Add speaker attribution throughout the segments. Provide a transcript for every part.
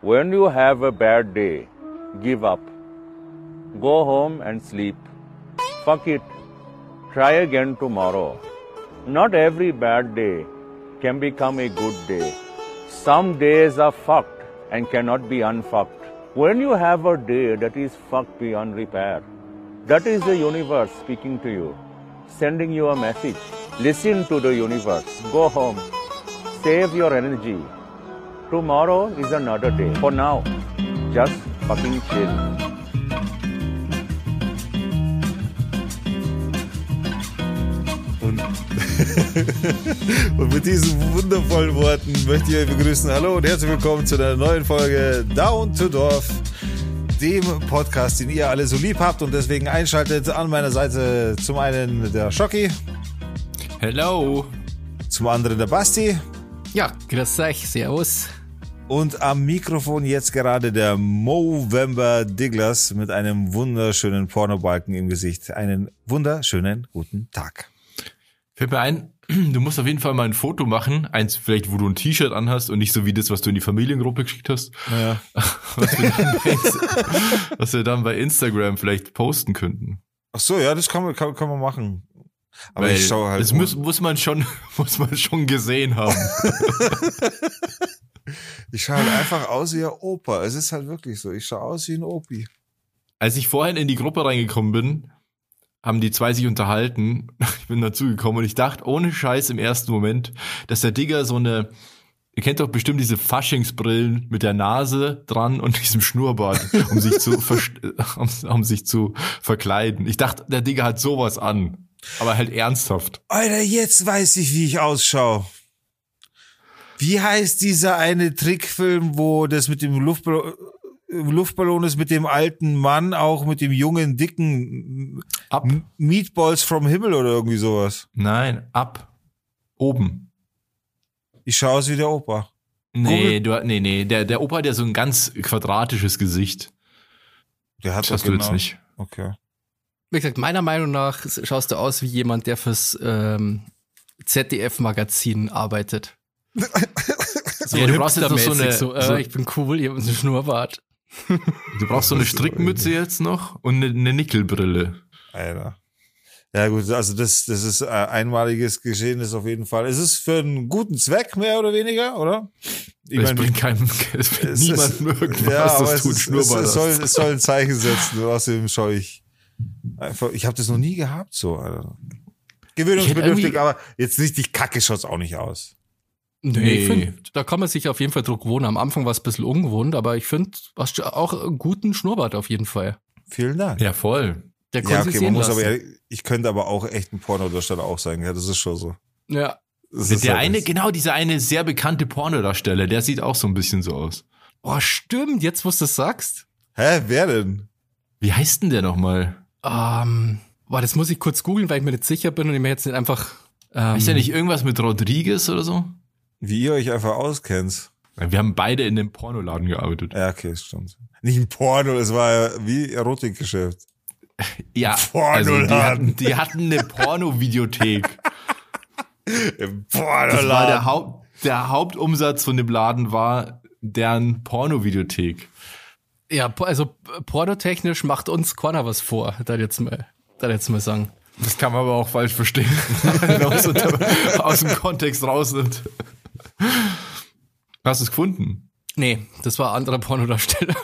Speaker 1: When you have a bad day, give up. Go home and sleep. Fuck it. Try again tomorrow. Not every bad day can become a good day. Some days are fucked and cannot be unfucked. When you have a day that is fucked beyond repair, that is the universe speaking to you, sending you a message. Listen to the universe. Go home. Save your energy. Tomorrow is another day. For now, just fucking chill.
Speaker 2: Und, und mit diesen wundervollen Worten möchte ich euch begrüßen. Hallo und herzlich willkommen zu einer neuen Folge Down to Dorf, dem Podcast, den ihr alle so lieb habt und deswegen einschaltet. An meiner Seite zum einen der Schocki,
Speaker 3: Hello.
Speaker 2: zum anderen der Basti
Speaker 3: Ja, grüß euch, servus.
Speaker 2: und am Mikrofon jetzt gerade der Movember Diglas mit einem wunderschönen Pornobalken im Gesicht. Einen wunderschönen guten Tag.
Speaker 3: Fällt mir ein, du musst auf jeden Fall mal ein Foto machen. Eins vielleicht, wo du ein T-Shirt anhast und nicht so wie das, was du in die Familiengruppe geschickt hast.
Speaker 2: Naja.
Speaker 3: Was wir dann bei, Inst- was wir dann bei Instagram vielleicht posten könnten.
Speaker 2: Ach so, ja, das kann man, kann, kann man machen. Aber
Speaker 3: Weil
Speaker 2: ich schaue halt.
Speaker 3: Das muss, muss man schon, muss man schon gesehen haben.
Speaker 2: Ich schaue halt einfach aus wie ein Opa. Es ist halt wirklich so. Ich schaue aus wie ein Opi.
Speaker 3: Als ich vorhin in die Gruppe reingekommen bin, haben die zwei sich unterhalten. Ich bin dazugekommen und ich dachte ohne Scheiß im ersten Moment, dass der Digger so eine, ihr kennt doch bestimmt diese Faschingsbrillen mit der Nase dran und diesem Schnurrbart, um sich zu, verst- äh, um, um sich zu verkleiden. Ich dachte, der Digger hat sowas an. Aber halt ernsthaft.
Speaker 2: Alter, jetzt weiß ich, wie ich ausschaue. Wie heißt dieser eine Trickfilm, wo das mit dem Luftballon, Luftballon ist, mit dem alten Mann, auch mit dem jungen, dicken
Speaker 3: Ab.
Speaker 2: M- Meatballs from Himmel oder irgendwie sowas?
Speaker 3: Nein, ab. Oben.
Speaker 2: Ich schaue aus wie der Opa.
Speaker 3: Nee, du, nee, nee. Der, der Opa hat ja so ein ganz quadratisches Gesicht.
Speaker 2: Der hat
Speaker 3: Das
Speaker 2: doch
Speaker 3: hast du jetzt
Speaker 2: genau-
Speaker 3: nicht.
Speaker 2: Okay.
Speaker 4: Wie gesagt, meiner Meinung nach schaust du aus wie jemand, der fürs ähm, ZDF-Magazin arbeitet. Also So
Speaker 3: Ja, du brauchst jetzt noch so
Speaker 4: hipstermäßig,
Speaker 3: eine-
Speaker 4: äh,
Speaker 3: so-
Speaker 4: ich bin cool, ich habe einen Schnurrbart.
Speaker 3: Du brauchst so eine Strickmütze jetzt noch und eine- eine Nickelbrille.
Speaker 2: Alter. Ja gut, also das, das ist äh, einmaliges Geschehen ist auf jeden Fall. Es ist für einen guten Zweck mehr oder weniger, oder? Ich
Speaker 3: es
Speaker 2: mein,
Speaker 3: bringt keinem, es bringt
Speaker 2: es ist-
Speaker 3: niemandem irgendwas,
Speaker 2: ja, aber es,
Speaker 3: dass du einen
Speaker 2: ist, es,
Speaker 3: Schnurrbart
Speaker 2: es, soll,
Speaker 3: hast.
Speaker 2: es soll ein Zeichen setzen. Und Außerdem schaue ich einfach. Ich habe das noch nie gehabt so. Alter.
Speaker 3: Ich hätte
Speaker 2: Gewöhnungsbedürftig,
Speaker 3: irgendwie-
Speaker 2: aber jetzt nicht die Kacke schaut's auch nicht aus.
Speaker 4: Nee,
Speaker 3: Nee.
Speaker 4: Ich find, da kann man sich auf jeden Fall druck wohnen. Am Anfang war es ein bisschen ungewohnt, aber ich finde, hast du auch einen guten Schnurrbart auf jeden Fall.
Speaker 2: Vielen Dank.
Speaker 3: Ja, voll.
Speaker 4: Der kann
Speaker 2: Ja,
Speaker 4: sich
Speaker 2: okay,
Speaker 4: sehen
Speaker 2: man muss
Speaker 4: lassen.
Speaker 2: aber ehrlich- ich könnte aber auch echt ein Pornodarsteller auch sein. Ja, das ist schon so.
Speaker 4: ja.
Speaker 2: Das ist
Speaker 3: Der
Speaker 2: halt
Speaker 3: eine,
Speaker 2: echt-
Speaker 3: genau, dieser eine sehr bekannte Pornodarsteller, der sieht auch so ein bisschen so aus.
Speaker 4: Oh, stimmt, jetzt wo du das sagst.
Speaker 2: Hä, wer denn?
Speaker 3: Wie heißt denn der nochmal?
Speaker 4: Ähm, boah, das muss ich kurz googeln, weil ich mir nicht sicher bin und ich mir jetzt nicht einfach... Ähm,
Speaker 3: Heißt der nicht irgendwas mit Rodriguez oder so?
Speaker 2: Wie ihr euch einfach auskennt.
Speaker 3: Wir haben beide in dem Pornoladen gearbeitet.
Speaker 2: Ja, okay, stimmt. Nicht ein Porno, es war ja wie Erotikgeschäft.
Speaker 3: Ja, also die hatten, die hatten eine Pornovideothek.
Speaker 2: Im
Speaker 3: Das war der,
Speaker 2: Pornoladen.
Speaker 3: Haupt, der Hauptumsatz von dem Laden war deren Pornovideothek.
Speaker 4: Ja, po- also p- pornotechnisch macht uns Corner was vor, da jetzt mal, da jetzt mal sagen.
Speaker 3: Das kann man aber auch falsch verstehen, wenn man es unter- aus dem Kontext rausnimmt. Hast du es gefunden?
Speaker 4: Nee, das war ein anderer Pornodarsteller.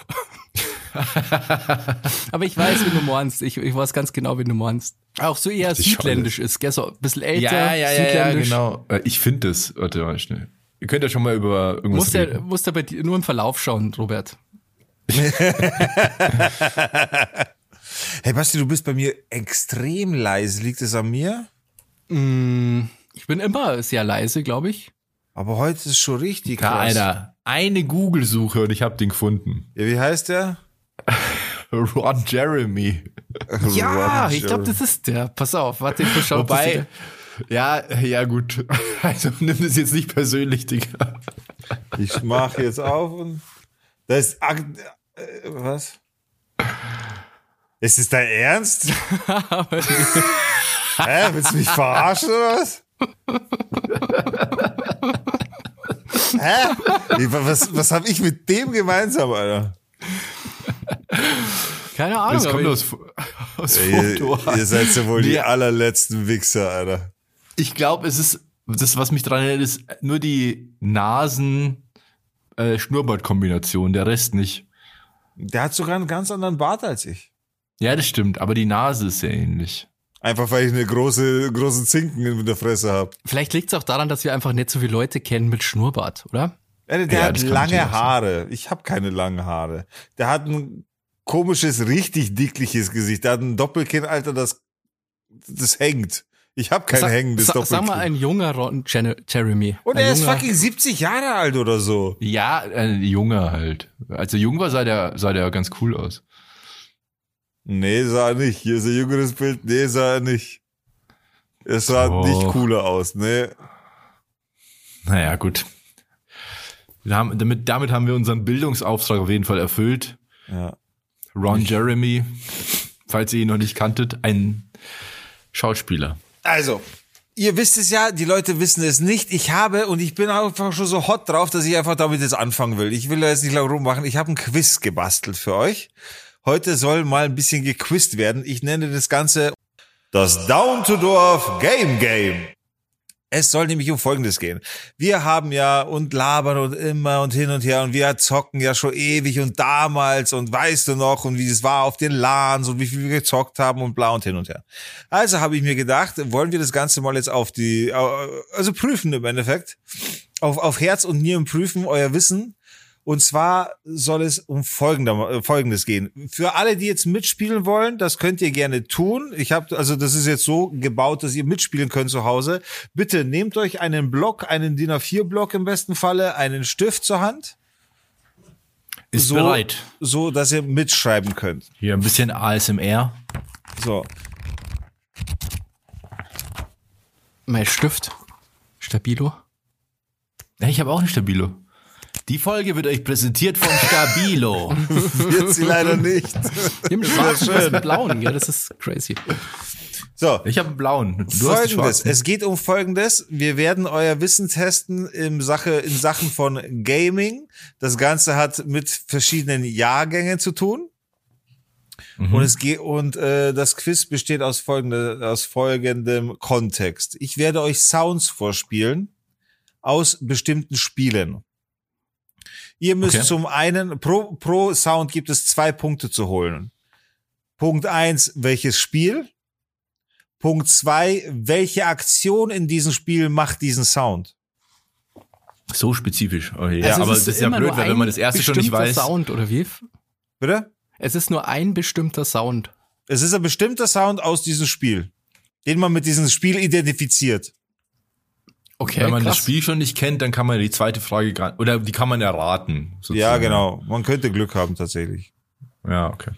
Speaker 4: Aber ich weiß, wie du meinst. Ich, ich weiß ganz genau, wie du meinst. Auch so eher
Speaker 3: Richtig
Speaker 4: südländisch ist, gell? So ein bisschen älter, südländisch.
Speaker 3: genau. Äh, Ich finde es. Warte mal schnell. Ihr könnt ja schon mal über irgendwas
Speaker 4: Muss der,
Speaker 3: reden.
Speaker 4: muss der bei dir nur im Verlauf schauen, Robert.
Speaker 2: Hey Basti, du bist bei mir extrem leise. Liegt es an mir?
Speaker 4: Ich bin immer sehr leise, glaube ich.
Speaker 2: Aber heute ist es schon richtig
Speaker 3: Ja,
Speaker 2: krass.
Speaker 3: Alter, eine Google-Suche und ich habe den gefunden.
Speaker 2: Ja, wie heißt der?
Speaker 3: Ron Jeremy.
Speaker 4: Ja,
Speaker 2: Roger.
Speaker 4: ich glaube, das ist der. Pass auf, warte, ich schau, ob das
Speaker 3: Wobei,
Speaker 4: der-
Speaker 3: ja, ja gut. Also nimm das jetzt nicht persönlich, Digga.
Speaker 2: Ich mach jetzt auf und. Das ist. Ak- äh, Was? Ist es dein Ernst? Hä? Willst du mich verarschen oder was? Hä? Ich- Was, was habe ich mit dem gemeinsam, Alter?
Speaker 4: Keine Ahnung.
Speaker 3: Das
Speaker 4: Ah, aber
Speaker 3: kommt
Speaker 4: ich-
Speaker 3: aus, aus
Speaker 2: Ihr,
Speaker 3: Foto.
Speaker 2: ihr seid ja wohl die
Speaker 3: Nee.
Speaker 2: allerletzten Wichser, Alter.
Speaker 3: Ich glaube, es ist, das, was mich dran erinnert, ist nur die Nasen-Schnurrbart-Kombination, der Rest nicht.
Speaker 2: Der hat sogar einen ganz anderen Bart als ich.
Speaker 3: Ja, das stimmt, aber die Nase ist sehr ähnlich.
Speaker 2: Einfach weil ich eine große, große Zinken in der Fresse habe.
Speaker 4: Vielleicht liegt es auch daran, dass wir einfach nicht so viele Leute kennen mit Schnurrbart, oder?
Speaker 2: Der, der
Speaker 3: Ja,
Speaker 2: hat
Speaker 3: das kann natürlich auch
Speaker 2: lange
Speaker 3: sein.
Speaker 2: Haare. Ich habe keine langen Haare. Der hat ein komisches, richtig dickliches Gesicht. Der hat ein Doppelkinn, Alter, das, das hängt. Ich habe kein
Speaker 4: Sag-
Speaker 2: hängendes
Speaker 4: sa- Sag
Speaker 2: Doppelkinn.
Speaker 4: mal, ein junger Ron Jen Jeremy.
Speaker 2: Und
Speaker 4: ein
Speaker 2: er ist
Speaker 4: junger-
Speaker 2: fucking 70 Jahre alt oder so.
Speaker 3: Ja, ein junger halt. Als er jung war, sah der, sah der ganz cool aus.
Speaker 2: Nee, sah er nicht. Hier ist ein jüngeres Bild. Nee, sah er nicht. Es sah
Speaker 3: Doch.
Speaker 2: nicht cooler aus, nee.
Speaker 3: Naja, gut. Wir haben, damit, damit haben wir unseren Bildungsauftrag auf jeden Fall erfüllt.
Speaker 2: Ja.
Speaker 3: Ron Jeremy, falls ihr ihn noch nicht kanntet, ein Schauspieler.
Speaker 2: Also, ihr wisst es ja, die Leute wissen es nicht. Ich habe und ich bin einfach schon so hot drauf, dass ich einfach damit jetzt anfangen will. Ich will da jetzt nicht lange rummachen. Ich habe ein Quiz gebastelt für euch. Heute soll mal ein bisschen gequizt werden. Ich nenne das Ganze das Down to Dorf Game Game. Es soll nämlich um Folgendes gehen. Wir haben ja und labern und immer und hin und her und wir zocken ja schon ewig und damals und weißt du noch und wie es war auf den LANs und wie viel wir gezockt haben und bla und hin und her. Also habe ich mir gedacht, wollen wir das Ganze mal jetzt auf die, also prüfen im Endeffekt, auf, auf Herz und Nieren prüfen, euer Wissen. Und zwar soll es um folgender, äh, Folgendes gehen. Für alle, die jetzt mitspielen wollen, das könnt ihr gerne tun. Ich habe, also das ist jetzt so gebaut, dass ihr mitspielen könnt zu Hause. Bitte nehmt euch einen Block, einen DIN A4-Block im besten Falle, einen Stift zur Hand,
Speaker 3: Ist
Speaker 2: So-
Speaker 3: bereit.
Speaker 2: so dass ihr mitschreiben könnt.
Speaker 3: Hier ein bisschen ASMR.
Speaker 2: So,
Speaker 4: Mein Stift. Stabilo.
Speaker 3: Ja, ich habe auch ein Stabilo. Die Folge wird euch präsentiert von Stabilo.
Speaker 2: wird sie leider nicht.
Speaker 4: Im schwarzen und im blauen, gell? Das ist crazy.
Speaker 2: So,
Speaker 3: Ich habe einen blauen. Du hast einen
Speaker 2: Folgendes,
Speaker 3: schwarzen.
Speaker 2: es geht um Folgendes. Wir werden euer Wissen testen im Sache, in Sachen von Gaming. Das Ganze hat mit verschiedenen Jahrgängen zu tun.
Speaker 3: Mhm.
Speaker 2: Und es geht und äh, das Quiz besteht aus, folgende, aus folgendem Kontext. Ich werde euch Sounds vorspielen aus bestimmten Spielen. Ihr müsst
Speaker 3: Okay.
Speaker 2: zum einen, pro, pro Sound gibt es zwei Punkte zu holen. Punkt eins, welches Spiel? Punkt zwei, welche Aktion in diesem Spiel macht diesen Sound?
Speaker 3: So spezifisch. Oh, ja,
Speaker 4: Also es
Speaker 3: aber das ist ja
Speaker 4: immer
Speaker 3: blöd,
Speaker 4: nur
Speaker 3: weil wenn
Speaker 4: ein
Speaker 3: man das erste schon nicht
Speaker 4: bestimmter
Speaker 3: weiß.
Speaker 4: Sound, oder wie?
Speaker 2: Bitte?
Speaker 4: Es ist nur ein bestimmter Sound.
Speaker 2: Es ist ein bestimmter Sound aus diesem Spiel, den man mit diesem Spiel identifiziert.
Speaker 4: Okay,
Speaker 3: Wenn man
Speaker 4: krass.
Speaker 3: das Spiel schon nicht kennt, dann kann man die zweite Frage gar oder die kann man erraten. sozusagen.
Speaker 2: Ja, genau. Man könnte Glück haben tatsächlich.
Speaker 3: Ja, okay.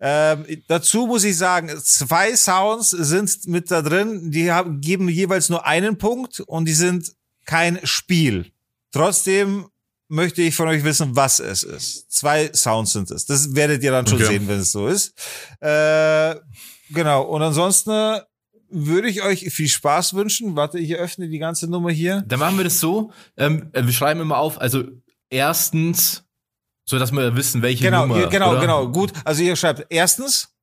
Speaker 2: Ähm, dazu muss ich sagen, zwei Sounds sind mit da drin, die haben, geben jeweils nur einen Punkt und die sind kein Spiel. Trotzdem möchte ich von euch wissen, was es ist. Zwei Sounds sind es. Das werdet ihr dann schon
Speaker 3: Okay.
Speaker 2: sehen, wenn es so ist. Äh, genau. Und ansonsten äh, würde ich euch viel Spaß wünschen. Warte, ich öffne die ganze Nummer hier.
Speaker 3: Dann machen wir das so. Ähm, äh, wir schreiben immer auf, also erstens, so dass wir wissen, welche
Speaker 2: Genau,
Speaker 3: Nummer.
Speaker 2: ihr, genau,
Speaker 3: oder?
Speaker 2: genau. Gut. Also ihr schreibt erstens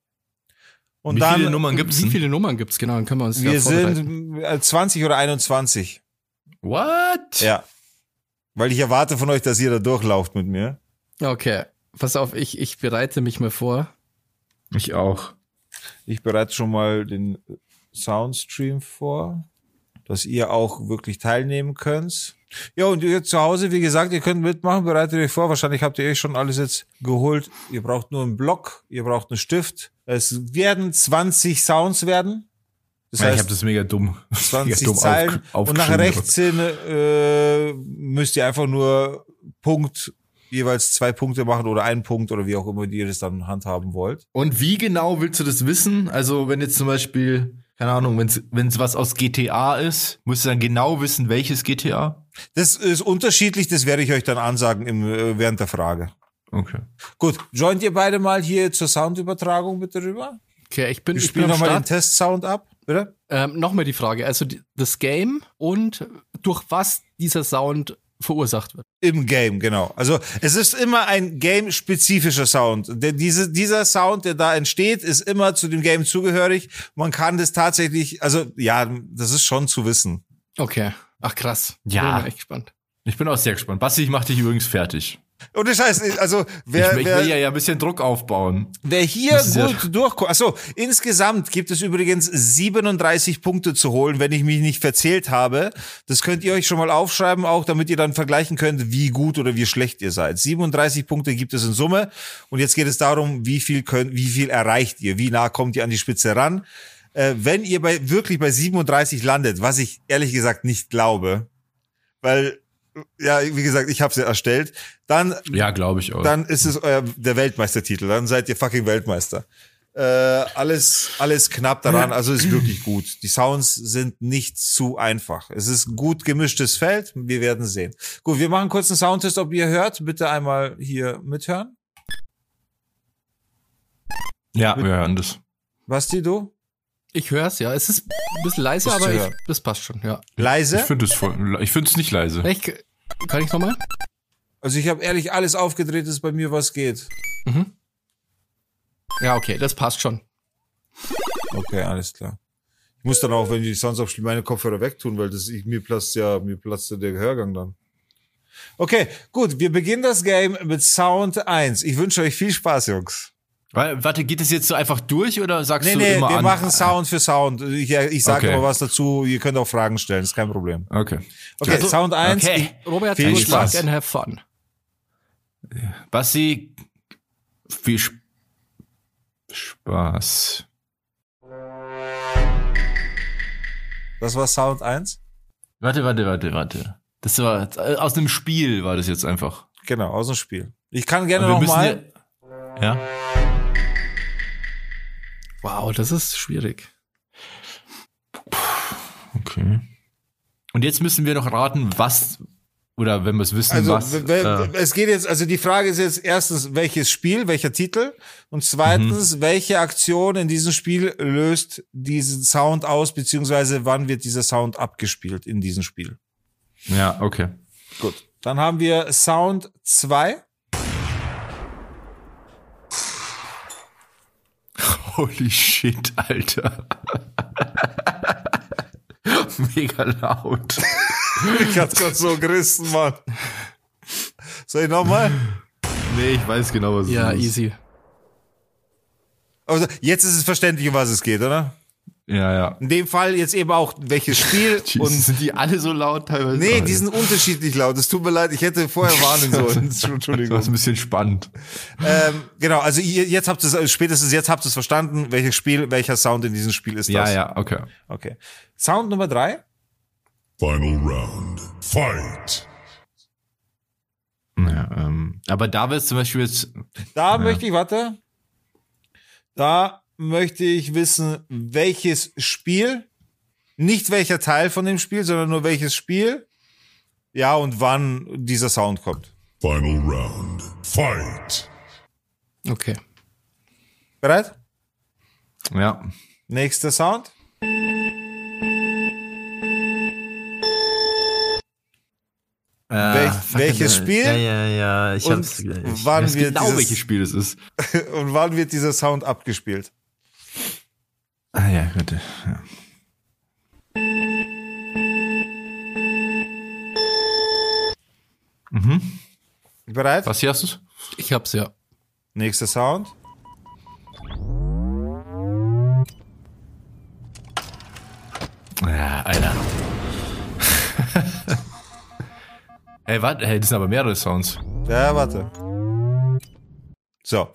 Speaker 2: und
Speaker 3: Wie
Speaker 2: dann
Speaker 3: viele Nummern gibt's?
Speaker 4: Wie
Speaker 3: denn?
Speaker 4: viele Nummern gibt's genau? Dann können wir uns ja
Speaker 2: wir
Speaker 4: vorbereiten.
Speaker 2: sind äh, 20 oder 21.
Speaker 3: What?
Speaker 2: Ja. Weil ich erwarte von euch, dass ihr da durchlauft mit mir.
Speaker 4: Okay, pass auf, ich, ich bereite mich mal vor.
Speaker 3: Ich auch.
Speaker 2: Ich bereite schon mal den Soundstream vor, dass ihr auch wirklich teilnehmen könnt. Ja, und ihr zu Hause, wie gesagt, ihr könnt mitmachen, bereitet euch vor. Wahrscheinlich habt ihr euch schon alles jetzt geholt. Ihr braucht nur einen Block, ihr braucht einen Stift. Es werden 20 Sounds werden. Das
Speaker 3: Ja, ich habe das mega dumm.
Speaker 2: 20
Speaker 3: mega dumm
Speaker 2: Zeilen
Speaker 3: auf,
Speaker 2: und nach rechts hin äh, müsst ihr einfach nur Punkt jeweils zwei Punkte machen oder einen Punkt oder wie auch immer ihr das dann handhaben wollt.
Speaker 3: Und wie genau willst du das wissen? Also, wenn jetzt zum Beispiel, keine Ahnung, wenn es was aus GTA ist, musst du dann genau wissen, welches GTA?
Speaker 2: Das ist unterschiedlich, das werde ich euch dann ansagen im, äh, während der Frage.
Speaker 3: Okay.
Speaker 2: Gut, joint ihr beide mal hier zur Soundübertragung bitte rüber?
Speaker 4: Okay, ich bin,
Speaker 2: Wir
Speaker 4: ich
Speaker 2: spielen
Speaker 4: bin am
Speaker 2: nochmal den
Speaker 4: Start.
Speaker 2: Testsound ab, bitte?
Speaker 4: Ähm, nochmal die Frage, also die, das Game und durch was dieser Sound verursacht wird.
Speaker 2: Im Game, genau. Also es ist immer ein game-spezifischer Sound. Der, diese, dieser Sound, der da entsteht, ist immer zu dem Game zugehörig. Man kann das tatsächlich, also ja, das ist schon zu wissen.
Speaker 4: Okay. Ach krass.
Speaker 3: Ja.
Speaker 4: Ich bin echt gespannt.
Speaker 3: Ich bin auch sehr gespannt. Basti, ich mach dich übrigens fertig.
Speaker 2: Und ich weiß, also
Speaker 3: Ich,
Speaker 2: wer,
Speaker 3: ich
Speaker 2: wer,
Speaker 3: will ja, ja ein bisschen Druck aufbauen.
Speaker 2: Wer hier
Speaker 3: Das ist ja-
Speaker 2: gut durchkommt, achso, insgesamt gibt es übrigens 37 Punkte zu holen, wenn ich mich nicht verzählt habe. Das könnt ihr euch schon mal aufschreiben, auch damit ihr dann vergleichen könnt, wie gut oder wie schlecht ihr seid. 37 Punkte gibt es in Summe. Und jetzt geht es darum, wie viel könnt, wie viel erreicht ihr, wie nah kommt ihr an die Spitze ran. Äh, wenn ihr bei, wirklich bei 37 landet, was ich ehrlich gesagt nicht glaube, weil, ja, wie gesagt, ich habe sie ja erstellt, dann
Speaker 3: Ja, glaube ich auch.
Speaker 2: dann ist es euer, der Weltmeistertitel. Dann seid ihr fucking Weltmeister. Äh, alles, alles knapp daran. Also ist wirklich gut. Die Sounds sind nicht zu einfach. Es ist ein gut gemischtes Feld. Wir werden sehen. Gut, wir machen kurz einen Soundtest, ob ihr hört. Bitte einmal hier mithören.
Speaker 3: ja, wir hören das.
Speaker 2: Basti, du?
Speaker 4: Ich höre es, ja. Es ist ein bisschen leise,
Speaker 2: Ist zu
Speaker 4: aber ich,
Speaker 2: hören.
Speaker 4: das passt schon, ja.
Speaker 3: Ich
Speaker 2: Leise?
Speaker 3: finde es voll, ich finde es nicht leise.
Speaker 4: Ich, kann ich nochmal?
Speaker 2: Also ich habe ehrlich alles aufgedreht, dass bei mir was geht.
Speaker 4: Ja, okay, das passt schon.
Speaker 2: Okay, alles klar. Ich muss dann auch, wenn ich die Sounds abspiele, meine Kopfhörer wegtun, weil das, ich, mir platzt ja, mir platzt ja der Gehörgang dann. Okay, gut, wir beginnen das Game mit Sound 1. Ich wünsche euch viel Spaß, Jungs.
Speaker 3: Weil, Warte, geht es jetzt so einfach durch oder sagst
Speaker 2: Nee,
Speaker 3: du
Speaker 2: nee,
Speaker 3: immer
Speaker 2: wir
Speaker 3: an?
Speaker 2: machen Sound für Sound. Ich, ich sage
Speaker 3: Okay.
Speaker 2: immer was dazu, ihr könnt auch Fragen stellen, ist kein Problem.
Speaker 3: Okay. Also,
Speaker 2: Okay, Sound 1.
Speaker 3: Okay.
Speaker 4: Robert hat
Speaker 2: Viel
Speaker 4: gesagt,
Speaker 3: Spaß.
Speaker 4: and have fun.
Speaker 3: Basti, viel Sp- Spaß.
Speaker 2: Das war Sound 1.
Speaker 3: Warte, warte, warte, warte. Das war äh, aus einem Spiel war das jetzt einfach.
Speaker 2: Genau, aus dem Spiel. Ich kann
Speaker 3: Aber
Speaker 2: gerne
Speaker 3: wir müssen
Speaker 2: nochmal.
Speaker 3: ja, ja.
Speaker 4: Wow, das ist schwierig.
Speaker 3: Okay. Und jetzt müssen wir noch raten, was oder wenn wir es wissen,
Speaker 2: Also
Speaker 3: was.
Speaker 2: w- w-
Speaker 3: äh,
Speaker 2: es geht jetzt, also die Frage ist jetzt erstens, welches Spiel, welcher Titel und
Speaker 3: Mhm.
Speaker 2: zweitens, welche Aktion in diesem Spiel löst diesen Sound aus, beziehungsweise wann wird dieser Sound abgespielt in diesem Spiel.
Speaker 3: ja, okay.
Speaker 2: Gut. Dann haben wir Sound 2.
Speaker 3: Holy shit, Alter. Mega laut.
Speaker 2: Ich hab's gerade so gerissen, Mann. Soll ich nochmal?
Speaker 3: Nee, ich weiß genau, was
Speaker 4: Ja,
Speaker 2: Mhm.
Speaker 3: es ist.
Speaker 4: easy.
Speaker 2: Also jetzt ist es verständlich, um was es geht, oder?
Speaker 3: Ja, ja.
Speaker 2: In dem Fall jetzt eben auch welches Spiel
Speaker 3: Jesus,
Speaker 2: und
Speaker 3: sind die alle so laut teilweise?
Speaker 2: Nee,
Speaker 3: Alter.
Speaker 2: die sind unterschiedlich laut. Es tut mir leid, ich hätte vorher warnen sollen.
Speaker 3: Das war
Speaker 2: Entschuldigung.
Speaker 3: ein bisschen spannend.
Speaker 2: Ähm, genau, also ihr, jetzt habt ihr es, spätestens jetzt habt ihr es verstanden, welches Spiel, welcher Sound in diesem Spiel ist
Speaker 3: Ja,
Speaker 2: das.
Speaker 3: ja, okay.
Speaker 2: Okay. Sound Nummer drei.
Speaker 5: Final round. Fight.
Speaker 3: Ja, ähm, aber da wird zum Beispiel jetzt.
Speaker 2: Da möchte ich, warte. Da möchte ich wissen, welches Spiel, nicht welcher Teil von dem Spiel, sondern nur welches Spiel, ja, und wann dieser Sound kommt.
Speaker 5: Final round. Fight.
Speaker 4: Okay.
Speaker 2: Bereit?
Speaker 3: Ja.
Speaker 2: Nächster Sound. Welch-
Speaker 3: fuck,
Speaker 2: welches
Speaker 3: Alter.
Speaker 2: Spiel?
Speaker 3: Ah, Äh, Ja, ja, ja. Ich
Speaker 2: Und
Speaker 3: hab's. Ich
Speaker 2: wann
Speaker 3: weiß
Speaker 2: wird
Speaker 3: genau,
Speaker 2: dieses-
Speaker 3: welches Spiel es ist.
Speaker 2: Und wann wird dieser Sound abgespielt?
Speaker 3: Ah, ja, bitte. Ja.
Speaker 2: Bereit?
Speaker 3: Was hier hast du's?
Speaker 4: Ich hab's ja.
Speaker 2: Nächster Sound.
Speaker 3: Ja, Alter. Ey, warte, hey, das sind aber mehrere Sounds.
Speaker 2: Ja, warte. So,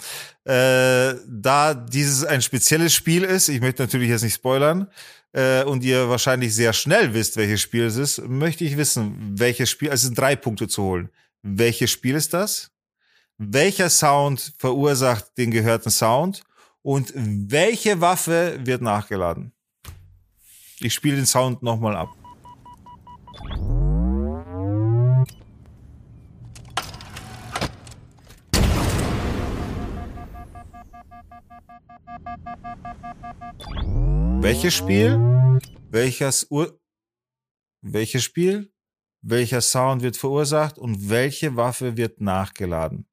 Speaker 2: äh, da dieses ein spezielles Spiel ist, ich möchte natürlich jetzt nicht spoilern, äh, und ihr wahrscheinlich sehr schnell wisst, welches Spiel es ist, möchte ich wissen, welches Spiel, also es sind drei Punkte zu holen. Welches Spiel ist das? Welcher Sound verursacht den gehörten Sound? Und welche Waffe wird nachgeladen? Ich spiele den Sound nochmal ab. Welches Spiel? Welches Ur... Welches Spiel? welcher Sound wird verursacht und welche Waffe wird nachgeladen.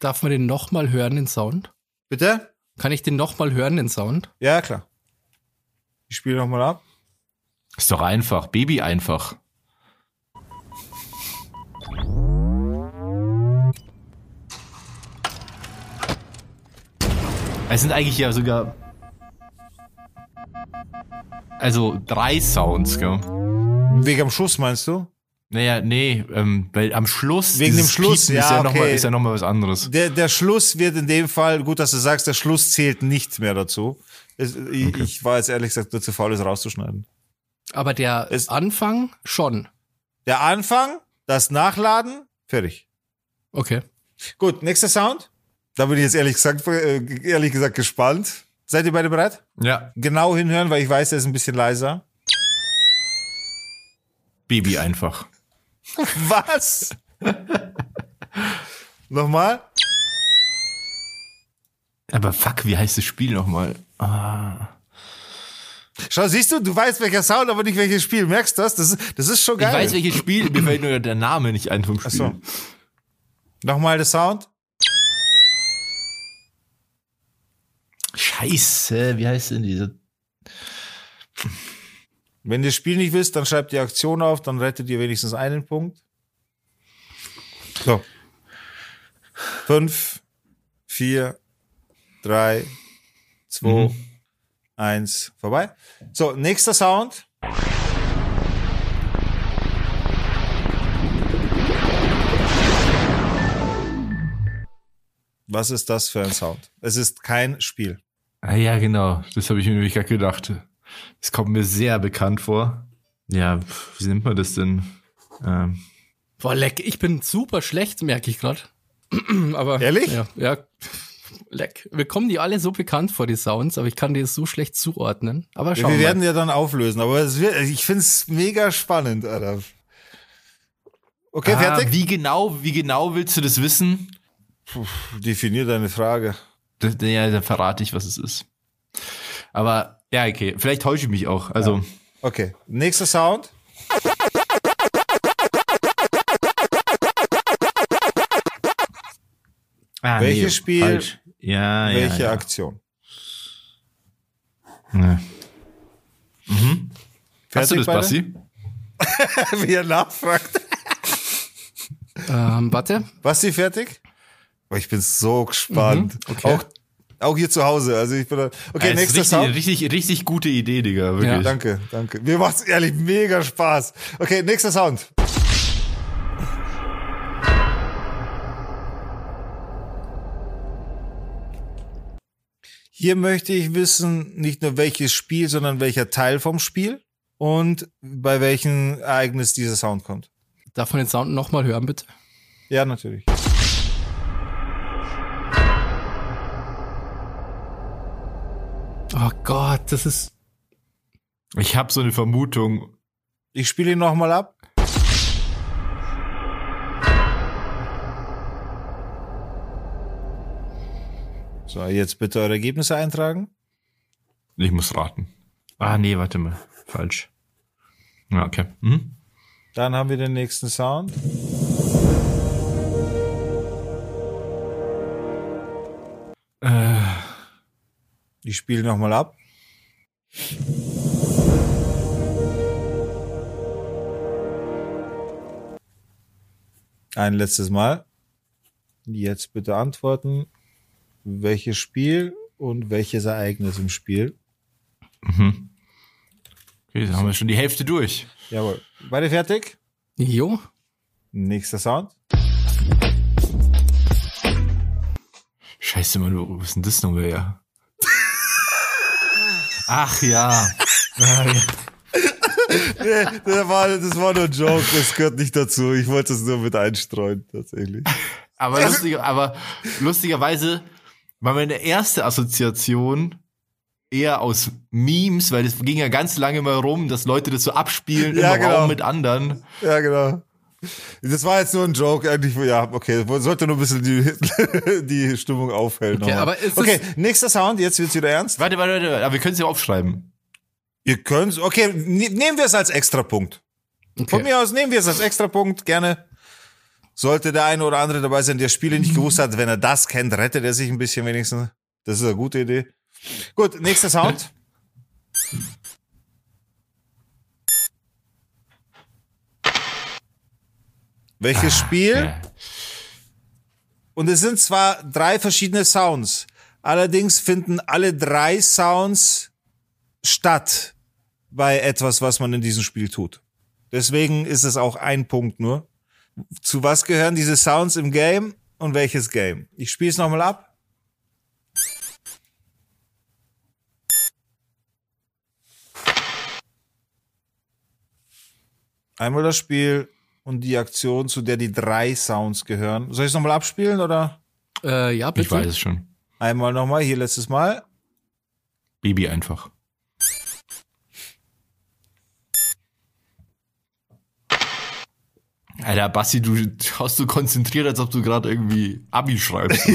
Speaker 4: Darf man den nochmal hören, den Sound?
Speaker 2: Bitte?
Speaker 4: Kann ich den nochmal hören, den Sound?
Speaker 2: Ja, klar. Ich spiele nochmal ab.
Speaker 3: Ist doch einfach, Baby einfach. Es sind eigentlich ja sogar. Also drei Sounds, gell?
Speaker 2: Wegen am Schuss meinst du?
Speaker 3: Naja, nee, ähm, weil am Schluss.
Speaker 2: Wegen dem
Speaker 3: dieses
Speaker 2: Schluss,
Speaker 3: Piepen ist
Speaker 2: ja,
Speaker 3: ja nochmal
Speaker 2: okay.
Speaker 3: ja noch mal was anderes.
Speaker 2: Der, der Schluss wird in dem Fall, gut, dass du sagst, der Schluss zählt nicht mehr dazu. Es, ich, ich war jetzt ehrlich gesagt nur zu faul, es rauszuschneiden.
Speaker 4: Aber der
Speaker 2: Es-
Speaker 4: Anfang schon.
Speaker 2: Der Anfang, das Nachladen, fertig.
Speaker 4: Okay.
Speaker 2: Gut, nächster Sound. Da bin ich jetzt ehrlich gesagt, äh, ehrlich gesagt gespannt. Seid ihr beide bereit?
Speaker 3: Ja,
Speaker 2: Genau hinhören, weil ich weiß, der ist ein bisschen leiser.
Speaker 3: Baby einfach.
Speaker 2: Was? Nochmal?
Speaker 3: Aber fuck, wie heißt das Spiel nochmal?
Speaker 2: Schau, siehst du, du weißt welcher Sound, aber nicht welches Spiel. Merkst du das? Das ist, das ist schon
Speaker 3: Ich
Speaker 2: geil.
Speaker 3: weiß welches Spiel, mir fällt nur der Name nicht ein vom Spiel.
Speaker 2: so. Nochmal der Sound.
Speaker 3: Scheiße, wie heißt denn diese?
Speaker 2: Wenn ihr das Spiel nicht wisst, dann schreibt die Aktion auf, dann rettet ihr wenigstens einen Punkt. So. Fünf, vier, drei, zwei, eins, vorbei. So, nächster Sound. Was ist das für ein Sound? Es ist kein Spiel.
Speaker 3: Ah ja, genau. Das habe ich mir nämlich gerade gedacht. Das kommt mir sehr bekannt vor. Ja, pf, wie nennt man das denn? Ähm,
Speaker 4: Boah, leck, ich bin super schlecht, merke ich gerade. aber
Speaker 2: Ehrlich?
Speaker 4: Ja, ja. Leck. Mir kommen die alle so bekannt vor, die Sounds, aber ich kann die jetzt so schlecht zuordnen. Aber
Speaker 2: Ja,
Speaker 4: schauen
Speaker 2: wir
Speaker 4: wir
Speaker 2: werden ja dann auflösen, aber es wird, ich find's mega spannend, Alter. Okay,
Speaker 3: ah,
Speaker 2: fertig?
Speaker 3: Wie genau, wie genau willst du das wissen?
Speaker 2: Definier deine Frage.
Speaker 3: Das, ja, da verrate ich, was es ist. Aber ja, okay. Vielleicht täusche ich mich auch. Also,
Speaker 2: Okay, nächster Sound.
Speaker 3: ah,
Speaker 2: Welches Spiel?
Speaker 3: Falsch. Ja,
Speaker 2: Welche
Speaker 3: ja,
Speaker 2: Aktion?
Speaker 3: ja. Hast du
Speaker 2: Fertig,
Speaker 3: das,
Speaker 2: beide?
Speaker 3: Basti?
Speaker 2: Wie er nachfragt.
Speaker 4: Ähm, warte.
Speaker 2: Basti, fertig? Oh, ich bin so gespannt.
Speaker 4: okay.
Speaker 2: Auch, auch hier zu Hause. Also ich bin da. Okay,
Speaker 3: Mhm, Ja, das ist
Speaker 2: nächster Sound.
Speaker 3: richtig, richtig, richtig gute Idee, Digga. Wirklich.
Speaker 4: Ja,
Speaker 2: Danke, danke. Mir macht's ehrlich mega Spaß. Okay, nächster Sound. Hier möchte ich wissen, nicht nur welches Spiel, sondern welcher Teil vom Spiel und bei welchem Ereignis dieser Sound kommt.
Speaker 4: Darf man den Sound nochmal hören, bitte?
Speaker 2: Ja, natürlich.
Speaker 4: Oh Gott, das ist.
Speaker 3: Ich habe so eine Vermutung.
Speaker 2: Ich spiele ihn nochmal ab. So, jetzt bitte eure Ergebnisse eintragen.
Speaker 3: Ich muss raten. Ah, nee, warte mal. Falsch. Ja, okay. Mhm.
Speaker 2: Dann haben wir den nächsten Sound. Äh. Ich spiele nochmal ab. Ein letztes Mal. Jetzt bitte antworten, welches Spiel und welches Ereignis im Spiel.
Speaker 3: Okay, dann haben wir schon die Hälfte durch.
Speaker 2: Jawohl. Beide fertig?
Speaker 4: Jo.
Speaker 2: Nächster Sound.
Speaker 3: Scheiße, Mann, wo- was ist denn das nochmal her? Ach ja.
Speaker 2: Das war, das war nur ein Joke, das gehört nicht dazu. Ich wollte es nur mit einstreuen, tatsächlich.
Speaker 3: Aber, lustiger, aber lustigerweise war meine erste Assoziation eher aus Memes, weil es ging ja ganz lange mal rum, dass Leute das so abspielen
Speaker 2: Ja,
Speaker 3: im
Speaker 2: genau.
Speaker 3: Raum mit anderen.
Speaker 2: Ja, genau. Das war jetzt nur ein Joke, eigentlich. Ja, okay, sollte nur ein bisschen die, die Stimmung aufhellen.
Speaker 4: Okay,
Speaker 2: nochmal.
Speaker 4: aber ist es-
Speaker 2: okay nächster Sound, jetzt wird's wieder ernst.
Speaker 3: Warte, warte, warte, warte. aber wir können es ja aufschreiben.
Speaker 2: Ihr könnt, okay, ne- nehmen wir es als Extrapunkt.
Speaker 4: Okay.
Speaker 2: Von mir aus nehmen wir es als Extrapunkt, gerne. Sollte der eine oder andere dabei sein, der Spiele nicht gewusst hat, wenn er das kennt, rettet er sich ein bisschen wenigstens. Das ist eine gute Idee. Gut, nächster Sound. Welches Spiel?
Speaker 3: Ja.
Speaker 2: Und es sind zwar drei verschiedene Sounds. Allerdings finden alle drei Sounds statt bei etwas, was man in diesem Spiel tut. Deswegen ist es auch ein Punkt nur. Zu was gehören diese Sounds im Game und welches Game? Ich spiele es nochmal ab. Einmal das Spiel und die Aktion, zu der die drei Sounds gehören. Soll ich es nochmal abspielen oder?
Speaker 4: Äh, ja, bitte.
Speaker 3: Ich weiß es schon.
Speaker 2: Einmal nochmal, hier letztes Mal.
Speaker 3: Baby einfach. Alter, Basti, du schaust so konzentriert, als ob du gerade irgendwie Abi schreibst.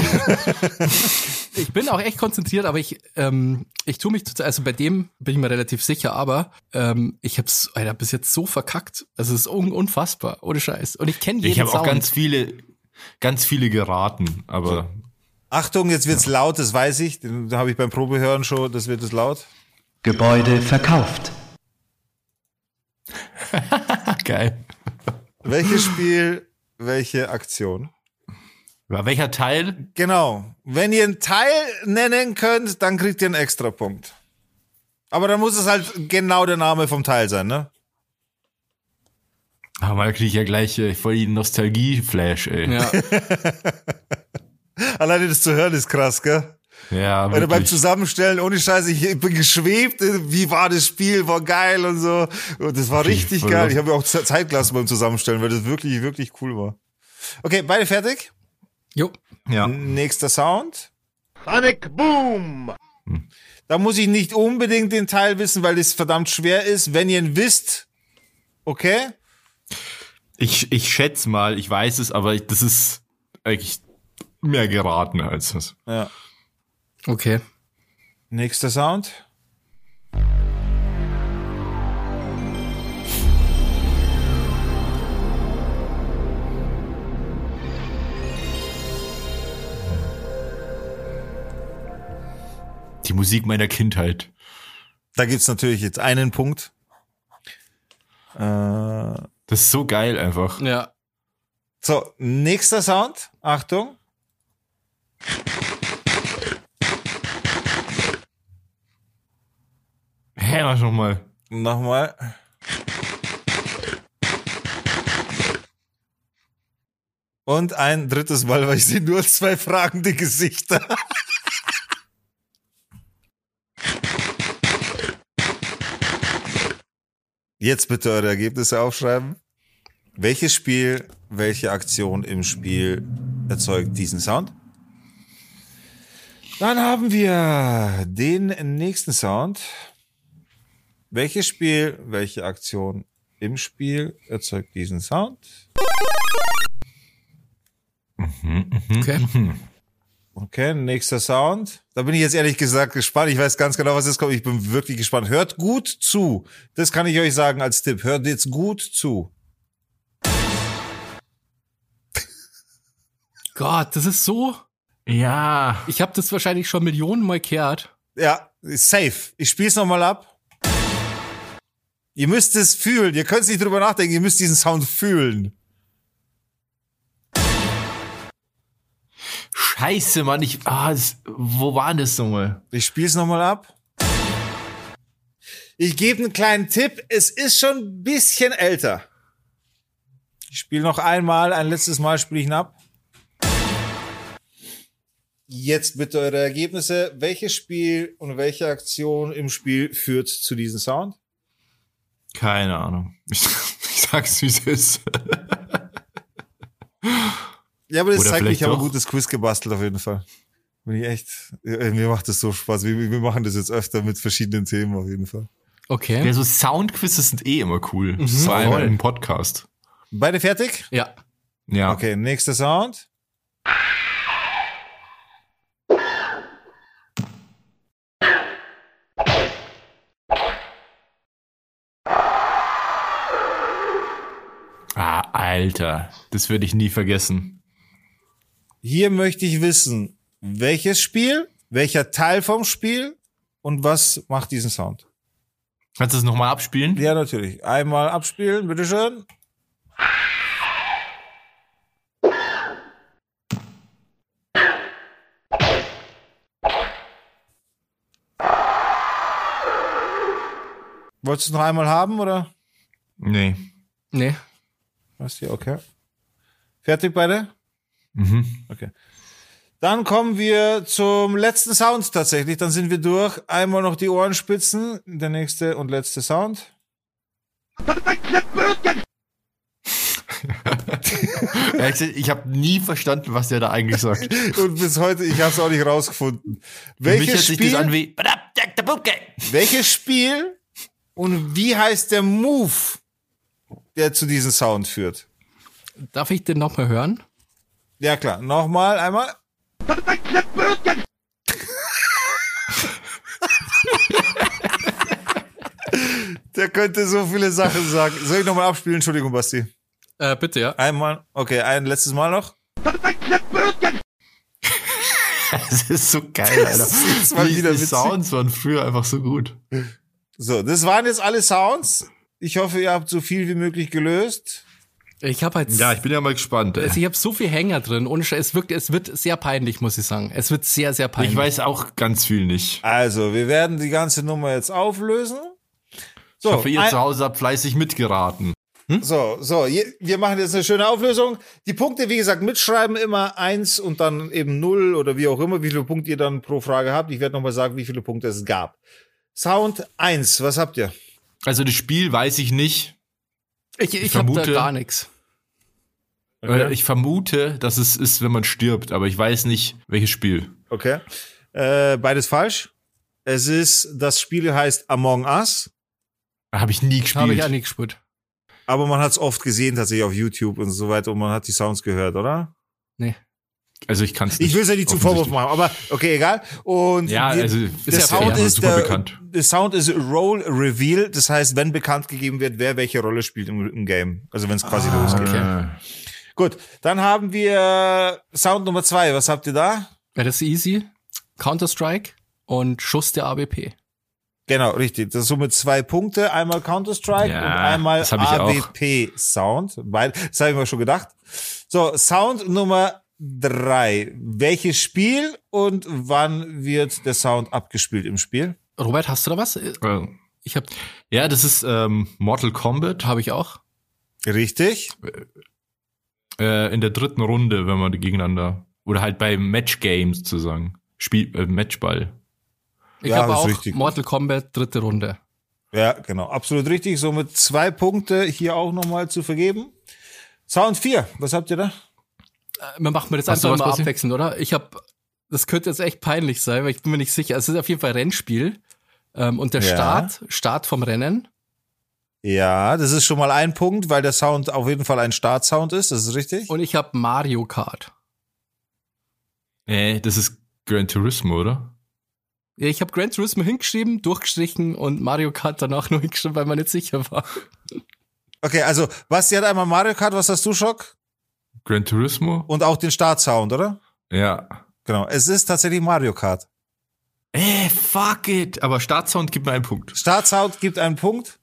Speaker 4: Ich bin auch echt konzentriert, aber ich, ähm, ich tue mich total, also bei dem bin ich mir relativ sicher, aber ähm, ich hab's Alter, bis jetzt so verkackt. Also es ist un unfassbar, ohne Scheiß. Und ich kenne jeden
Speaker 3: ich habe auch
Speaker 4: Sound.
Speaker 3: ganz viele, ganz viele geraten, aber
Speaker 2: Achtung, jetzt wird's laut, das weiß ich. Da habe ich beim Probehören schon, das wird es laut.
Speaker 6: Gebäude verkauft.
Speaker 3: geil.
Speaker 2: Welches Spiel, welche Aktion?
Speaker 3: Aber welcher Teil?
Speaker 2: Genau. Wenn ihr einen Teil nennen könnt, dann kriegt ihr einen Extrapunkt. Aber dann muss es halt genau der Name vom Teil sein, ne?
Speaker 3: Ah, mal kriege ich ja gleich äh, voll die Nostalgie-Flash, ey.
Speaker 4: ja,
Speaker 2: Alleine das zu hören ist krass, gell?
Speaker 3: Ja,
Speaker 2: Oder beim
Speaker 3: wirklich.
Speaker 2: Zusammenstellen, ohne Scheiße, ich bin geschwebt, wie war das Spiel, war geil und so. Und das war richtig
Speaker 3: voll
Speaker 2: geil.
Speaker 3: los.
Speaker 2: Ich habe ja auch Ze- Zeit gelassen beim Zusammenstellen, weil das wirklich, wirklich cool war. Okay, beide fertig?
Speaker 4: jo.
Speaker 3: ja.
Speaker 2: Nächster Sound. Panic Boom! Da muss ich nicht unbedingt den Teil wissen, weil es verdammt schwer ist. Wenn ihr ihn wisst, okay?
Speaker 3: Ich, ich schätze mal, ich weiß es, aber ich, das ist eigentlich mehr geraten als das.
Speaker 2: Ja.
Speaker 4: Okay.
Speaker 2: Nächster Sound.
Speaker 3: Die Musik meiner Kindheit.
Speaker 2: Da gibt's natürlich jetzt einen Punkt. Äh,
Speaker 3: Das ist so geil einfach.
Speaker 4: Ja.
Speaker 2: so, nächster Sound. Achtung.
Speaker 3: Hä, mach nochmal.
Speaker 2: Nochmal. Und ein drittes Mal, weil ich sehe nur zwei fragende Gesichter. Jetzt bitte eure Ergebnisse aufschreiben. Welches Spiel, welche Aktion im Spiel erzeugt diesen Sound? Dann haben wir den nächsten Sound. Welches Spiel, welche Aktion im Spiel erzeugt diesen Sound?
Speaker 3: Hm.
Speaker 4: Okay.
Speaker 2: Okay, nächster Sound. Da bin ich jetzt ehrlich gesagt gespannt. Ich weiß ganz genau, was jetzt kommt. Ich bin wirklich gespannt. Hört gut zu. Das kann ich euch sagen als Tipp. Hört jetzt gut zu.
Speaker 4: Gott, das ist so.
Speaker 3: Ja.
Speaker 4: Ich habe das wahrscheinlich schon Millionen Mal gehört.
Speaker 2: Ja, safe. Ich spiel's nochmal ab. Ihr müsst es fühlen. Ihr könnt nicht drüber nachdenken. Ihr müsst diesen Sound fühlen.
Speaker 3: Scheiße, Mann. Ich, ah, das, wo war das nochmal?
Speaker 2: Ich spiel's nochmal ab. Ich gebe einen kleinen Tipp. Es ist schon ein bisschen älter. Ich spiele noch einmal, ein letztes Mal spiele ich ihn ab. Jetzt bitte eure Ergebnisse. Welches Spiel und welche Aktion im Spiel führt zu diesem Sound?
Speaker 3: Keine Ahnung. Ich, ich sag's, wie es ist.
Speaker 2: Ja, aber das
Speaker 3: Oder
Speaker 2: zeigt, ich
Speaker 3: vielleicht
Speaker 2: habe ein
Speaker 3: doch.
Speaker 2: gutes Quiz gebastelt auf jeden Fall. Bin ich echt. äh, Mir macht das so Spaß. Wir, wir machen das jetzt öfter mit verschiedenen Themen auf jeden Fall.
Speaker 4: Okay.
Speaker 3: Ja, so Soundquizzes sind eh immer cool. Vor allem
Speaker 2: Voll.
Speaker 3: im Podcast.
Speaker 2: Beide fertig?
Speaker 4: Ja.
Speaker 3: Ja.
Speaker 2: Okay, nächster Sound.
Speaker 3: Ah, Alter, das werde ich nie vergessen.
Speaker 2: Hier möchte ich wissen, welches Spiel, welcher Teil vom Spiel und was macht diesen Sound?
Speaker 3: Kannst du das nochmal abspielen?
Speaker 2: Ja, natürlich. Einmal abspielen, bitteschön. Wolltest du es noch einmal haben, oder?
Speaker 3: Nee.
Speaker 4: Nee.
Speaker 2: Was hier, okay. Fertig beide?
Speaker 3: Mhm.
Speaker 2: Okay. Dann kommen wir zum letzten Sound tatsächlich. Dann sind wir durch. Einmal noch die Ohrenspitzen. Der nächste und letzte Sound.
Speaker 3: Ehrlich gesagt, Ich habe nie verstanden, was der da eigentlich sagt.
Speaker 2: Und bis heute, ich habe es auch nicht rausgefunden. Welches
Speaker 3: Für mich hört sich das an
Speaker 2: Spiel,
Speaker 3: wie.
Speaker 2: welches Spiel und wie heißt der Move, der zu diesem Sound führt?
Speaker 4: Darf ich den nochmal hören?
Speaker 2: Ja klar, nochmal einmal. Der könnte so viele Sachen sagen. Soll ich nochmal abspielen? Entschuldigung, Basti.
Speaker 4: Äh, bitte, ja.
Speaker 2: Einmal, okay, ein letztes Mal noch.
Speaker 3: Das ist so geil, Alter.
Speaker 2: jetzt mal
Speaker 3: die,
Speaker 2: wieder
Speaker 3: die
Speaker 2: witzig.
Speaker 3: Sounds waren früher einfach so gut.
Speaker 2: So, das waren jetzt alle Sounds. Ich hoffe, ihr habt so viel wie möglich gelöst.
Speaker 4: Ich habe halt
Speaker 3: Ja, ich bin ja mal gespannt. ey.
Speaker 4: Also ich habe so viel Hänger drin, ohne Scheiß. Es wirkt, es wird sehr peinlich, muss ich sagen. Es wird sehr, sehr peinlich.
Speaker 3: Ich weiß auch ganz viel nicht.
Speaker 2: Also, wir werden die ganze Nummer jetzt auflösen. So,
Speaker 3: Ich hoffe, ihr
Speaker 2: ein-
Speaker 3: zu Hause habt fleißig mitgeraten.
Speaker 2: so, so, je- wir machen jetzt eine schöne Auflösung. Die Punkte, wie gesagt, mitschreiben immer eins und dann eben null oder wie auch immer, wie viele Punkte ihr dann pro Frage habt. Ich werde nochmal sagen, wie viele Punkte es gab. Sound eins, was habt ihr?
Speaker 3: Also das Spiel weiß ich nicht.
Speaker 4: ich, ich,
Speaker 3: ich
Speaker 4: habe da
Speaker 3: vermute-
Speaker 4: gar nichts.
Speaker 3: Äh, Ich vermute, dass es ist, wenn man stirbt, aber ich weiß nicht, welches Spiel.
Speaker 2: Okay. Äh, beides falsch. Es ist, das Spiel heißt Among Us.
Speaker 3: Habe ich nie gespielt.
Speaker 4: Habe ich auch nicht gespürt.
Speaker 2: Aber man hat es oft gesehen, tatsächlich auf YouTube und so weiter, und man hat die Sounds gehört, oder?
Speaker 4: Nee.
Speaker 3: also ich kann es nicht.
Speaker 2: Ich will es ja nicht zu Vorwurf machen, aber okay, egal. Und
Speaker 3: Ja,
Speaker 2: die,
Speaker 3: also
Speaker 2: der
Speaker 4: ja
Speaker 2: Sound
Speaker 4: fair.
Speaker 2: ist
Speaker 3: super
Speaker 2: der,
Speaker 3: bekannt.
Speaker 2: der Sound ist Role Reveal, das heißt, wenn bekannt gegeben wird, wer welche Rolle spielt im, im Game. Also wenn es quasi losgeht.
Speaker 3: Ah, Okay.
Speaker 2: Gut, dann haben wir Sound Nummer zwei. Was habt ihr da?
Speaker 4: Ja, das ist easy. Counter-Strike und Schuss der ABP.
Speaker 2: Genau, richtig. Das ist somit zwei Punkte. Einmal Counter-Strike
Speaker 3: Ja,
Speaker 2: und einmal
Speaker 3: das hab ich auch.
Speaker 2: AWP-Sound. Das habe ich mir schon gedacht. So, Sound Nummer drei. Welches Spiel und wann wird der Sound abgespielt im Spiel?
Speaker 4: Robert, hast du da was? Äh,
Speaker 3: Äh,
Speaker 4: Ich habe,
Speaker 3: Ja, das ist ähm, Mortal Kombat
Speaker 4: habe ich auch.
Speaker 2: Richtig.
Speaker 3: äh, in der dritten Runde, wenn man gegeneinander oder halt bei Match Games sozusagen. Spiel äh, Matchball.
Speaker 4: Ich
Speaker 2: Ja,
Speaker 4: habe
Speaker 2: das ist
Speaker 4: auch
Speaker 2: richtig.
Speaker 4: Mortal Kombat dritte Runde.
Speaker 2: Ja, genau. Absolut richtig. Somit zwei Punkte hier auch nochmal zu vergeben. Sound vier. Was habt ihr da?
Speaker 4: Äh, Man macht mir das
Speaker 3: Hast du was,
Speaker 4: einfach mal
Speaker 3: Basti?
Speaker 4: abwechselnd, oder? Ich habe, das könnte jetzt echt peinlich sein, weil ich bin mir nicht sicher. Es ist auf jeden Fall Rennspiel. Ähm, und der
Speaker 2: Ja.
Speaker 4: Start, Start vom Rennen.
Speaker 2: Ja, das ist schon mal ein Punkt, weil der Sound auf jeden Fall ein Startsound ist. Das ist richtig.
Speaker 4: Und ich habe Mario Kart.
Speaker 3: Äh, das ist Gran Turismo, oder?
Speaker 4: Ja, ich habe Gran Turismo hingeschrieben, durchgestrichen und Mario Kart danach nur hingeschrieben, weil man nicht sicher war.
Speaker 2: Okay, also Basti hat einmal Mario Kart. Was hast du, Schock?
Speaker 3: Gran Turismo?
Speaker 2: Und auch den Startsound, oder?
Speaker 3: Ja.
Speaker 2: Genau. Es ist tatsächlich Mario Kart.
Speaker 3: Äh, fuck it. Aber Startsound gibt mir einen Punkt.
Speaker 2: Startsound gibt einen Punkt,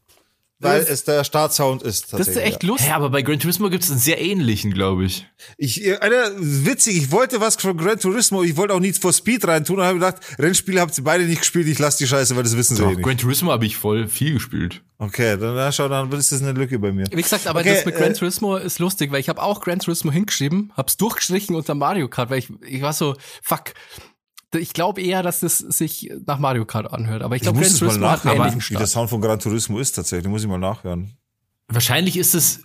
Speaker 2: weil
Speaker 4: Das-
Speaker 2: es der Startsound ist.
Speaker 4: Das ist
Speaker 2: tatsächlich,
Speaker 4: echt lustig.
Speaker 3: Hä, aber bei Gran Turismo gibt es einen sehr ähnlichen, glaube ich.
Speaker 2: ja. Ich, äh, Alter, witzig, ich wollte was von Gran Turismo, ich wollte auch Need for Speed reintun und habe gedacht, Rennspiele habt ihr beide nicht gespielt, ich lasse die Scheiße, weil das wissen sie eh nicht.
Speaker 3: Gran Turismo habe ich voll viel gespielt.
Speaker 2: Okay, dann na, schau, dann ist das eine Lücke bei mir.
Speaker 4: Wie gesagt, aber
Speaker 2: Okay,
Speaker 4: das mit Gran
Speaker 2: äh,
Speaker 4: Turismo ist lustig, weil ich habe auch Gran Turismo hingeschrieben, hab's durchgestrichen unter Mario Kart, weil ich, ich war so, fuck. Ich glaube eher, dass das sich nach Mario Kart anhört, aber ich
Speaker 2: Ich
Speaker 4: glaube, Gran
Speaker 2: muss es mal
Speaker 4: Turismo hat einen ähnlichen
Speaker 2: nachhören, wie der
Speaker 4: Start.
Speaker 2: Sound von Gran Turismo ist tatsächlich, muss ich mal nachhören.
Speaker 3: Wahrscheinlich ist es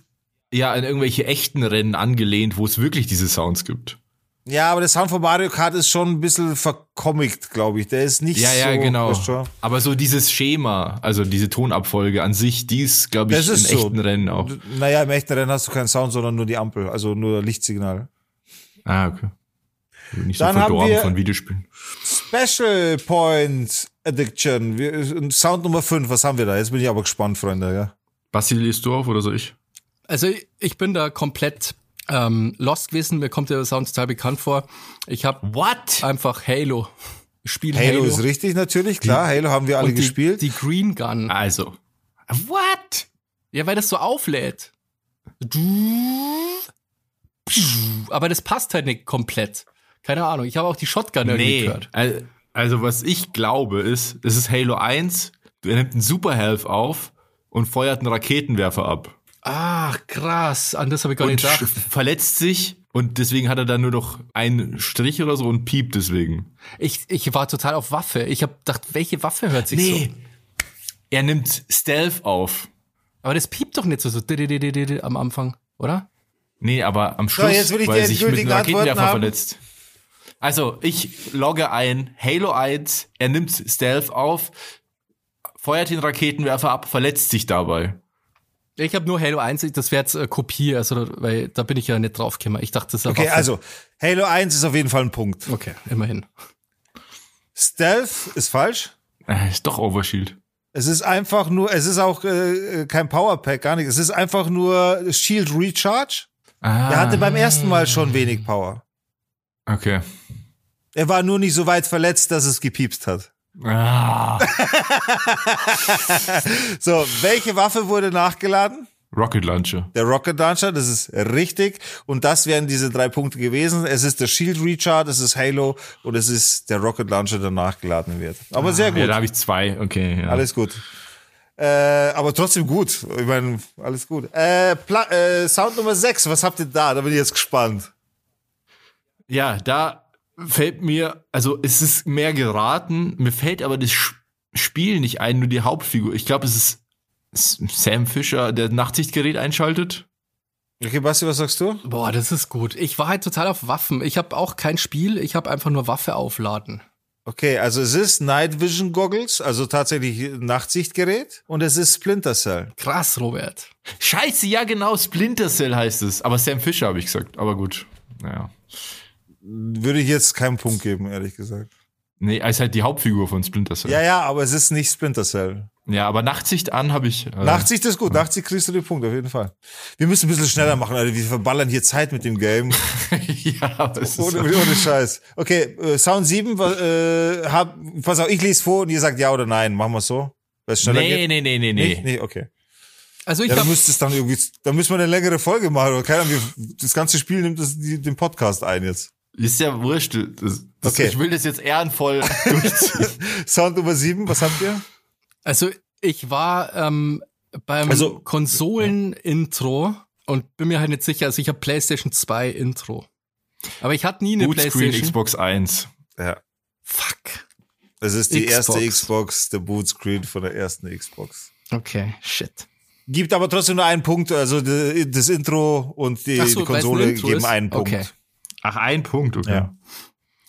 Speaker 3: ja an irgendwelche echten Rennen angelehnt, wo es wirklich diese Sounds gibt.
Speaker 2: Ja, aber der Sound von Mario Kart ist schon ein bisschen verkommigt, glaube ich. Der ist nicht
Speaker 3: Ja,
Speaker 2: so...
Speaker 3: ja, genau.
Speaker 2: weißt du?
Speaker 3: Aber so dieses Schema, also diese Tonabfolge an sich, die ist, glaube ich,
Speaker 2: Das ist
Speaker 3: in
Speaker 2: so.
Speaker 3: echten Rennen auch.
Speaker 2: Naja, im echten Rennen hast du keinen Sound, sondern nur die Ampel, also nur Lichtsignal.
Speaker 3: Ah, okay. Ich bin Nicht so
Speaker 2: Dann haben
Speaker 3: verdorben
Speaker 2: wir-
Speaker 3: von Videospielen.
Speaker 2: Special Point Addiction. Wir, Sound Nummer 5, was haben wir da? Jetzt bin ich aber gespannt, Freunde, ja.
Speaker 3: Basti, liest du auf oder so ich?
Speaker 4: Also ich- ich bin da komplett ähm, lost gewesen. Mir kommt der Sound total bekannt vor. Ich habe
Speaker 3: What?
Speaker 4: einfach Halo. Ich Spiel
Speaker 2: Halo,
Speaker 4: Halo,
Speaker 2: ist richtig natürlich, klar. Halo haben wir alle
Speaker 4: und
Speaker 2: gespielt. Ah,
Speaker 4: Die, die Green Gun.
Speaker 3: Also. What?
Speaker 4: Ja, weil das so auflädt. Aber das passt halt nicht komplett. Keine Ahnung. Ich habe auch die Shotgun irgendwie
Speaker 3: Nee.
Speaker 4: gehört.
Speaker 3: Al- Also, was ich glaube, ist, es ist Halo 1, er nimmt einen Super Health auf und feuert einen Raketenwerfer ab.
Speaker 4: Ach, krass. An das habe ich gar
Speaker 3: Und
Speaker 4: nicht gedacht.
Speaker 3: sch- verletzt sich und deswegen hat er dann nur noch einen Strich oder so und piept deswegen.
Speaker 4: Ich, ich war total auf Waffe. Ich habe gedacht, welche Waffe hört sich so?
Speaker 3: Er nimmt Stealth auf.
Speaker 4: Aber das piept doch nicht so, so didididididi am Anfang, oder?
Speaker 3: Nee, aber am Schluss,
Speaker 2: jetzt will ich die
Speaker 3: weil er sich mit
Speaker 2: endgültigen
Speaker 3: einem Raketenwerfer
Speaker 2: Antworten haben.
Speaker 3: verletzt. Also, ich logge ein, Halo 1, er nimmt Stealth auf, feuert den Raketenwerfer ab, verletzt sich dabei.
Speaker 4: Ich habe nur Halo 1, das wäre jetzt äh, Kopie, also, weil da bin ich ja nicht drauf gekommen. Ich dachte, das ist eine
Speaker 2: Okay,
Speaker 4: Waffe.
Speaker 2: also Halo 1 ist auf jeden Fall ein Punkt.
Speaker 4: Okay, immerhin.
Speaker 2: Stealth ist falsch.
Speaker 3: Äh, Ist doch Overshield.
Speaker 2: Es ist einfach nur, es ist auch äh, kein Powerpack, gar nicht. Es ist einfach nur Shield Recharge.
Speaker 3: Ah,
Speaker 2: Er hatte beim ersten Mal schon wenig Power.
Speaker 3: okay.
Speaker 2: Er war nur nicht so weit verletzt, dass es gepiepst hat.
Speaker 3: Ah,
Speaker 2: So, welche Waffe wurde nachgeladen?
Speaker 3: Rocket Launcher.
Speaker 2: Der Rocket Launcher, das ist richtig. Und das wären diese drei Punkte gewesen. Es ist der Shield Recharge, es ist Halo und es ist der Rocket Launcher, der nachgeladen wird. Aber sehr gut.
Speaker 3: Ah, Ja, da habe ich zwei. Okay, ja.
Speaker 2: Alles gut. Äh, aber trotzdem gut. Ich meine, alles gut. Äh, Pla äh, Sound Nummer 6, was habt ihr da? Da bin ich jetzt gespannt.
Speaker 3: Ja, da fällt mir, also es ist mehr geraten, mir fällt aber das Sch- Spiel nicht ein, nur die Hauptfigur. Ich glaube, es ist S- Sam Fisher, der Nachtsichtgerät einschaltet.
Speaker 2: Okay, Basti, was sagst du?
Speaker 4: Boah, das ist gut. Ich war halt total auf Waffen. Ich habe auch kein Spiel, ich habe einfach nur Waffe aufladen.
Speaker 2: Okay, also es ist Night Vision Goggles, also tatsächlich Nachtsichtgerät. Und es ist Splinter Cell.
Speaker 4: Krass, Robert.
Speaker 3: Scheiße, ja genau, Splinter Cell heißt es. Aber Sam Fisher habe ich gesagt, aber gut. Naja.
Speaker 2: Würde ich jetzt keinen Punkt geben, ehrlich gesagt.
Speaker 3: Nee, er ist halt die Hauptfigur von Splinter Cell.
Speaker 2: Ja, ja, aber es ist nicht Splinter Cell.
Speaker 3: ja aber Nachtsicht an habe ich. Äh,
Speaker 2: Nachtsicht ist gut, Nachtsicht kriegst du den Punkt, auf jeden Fall. Wir müssen ein bisschen schneller machen, Alter. Wir verballern hier Zeit mit dem Game.
Speaker 3: ja, aber es ist
Speaker 2: Ohne, ohne Scheiß. Okay, äh, Sound 7, wa- äh, hab, pass auf, ich lese vor und ihr sagt ja oder nein. Machen wir es so? Weil es schneller
Speaker 3: nee,
Speaker 2: geht?
Speaker 3: nee, nee, nee, nee.
Speaker 2: Nicht? Nee, okay.
Speaker 4: Also ich
Speaker 2: Ja, dann
Speaker 4: hab,
Speaker 2: müsste es dann irgendwie, dann müssen wir eine längere Folge machen. Oder keiner, wir, das ganze Spiel nimmt das, die, den Podcast ein jetzt.
Speaker 3: Ist ja wurscht. Das, das,
Speaker 2: Okay.
Speaker 3: Ich will das jetzt ehrenvoll durchziehen.
Speaker 2: Sound Nummer 7, was habt ihr?
Speaker 4: also ich war ähm, beim
Speaker 2: Also-
Speaker 4: Konsolen-Intro und bin mir halt nicht sicher. Also ich habe PlayStation 2 Intro. Aber ich hatte nie eine
Speaker 3: Bootscreen
Speaker 4: PlayStation.
Speaker 3: Xbox 1.
Speaker 2: Ja.
Speaker 4: Fuck.
Speaker 2: Das ist die erste
Speaker 4: Xbox.
Speaker 2: Xbox, der Bootscreen von der ersten Xbox.
Speaker 4: Okay, shit.
Speaker 2: Gibt aber trotzdem nur einen Punkt, also de- das Intro und die,
Speaker 4: Ach so,
Speaker 2: die
Speaker 4: weil's ein
Speaker 2: Konsole
Speaker 4: Intro
Speaker 2: geben
Speaker 4: ist?
Speaker 2: einen Punkt.
Speaker 4: Okay.
Speaker 3: Ach, ein Punkt, okay.
Speaker 2: Ja.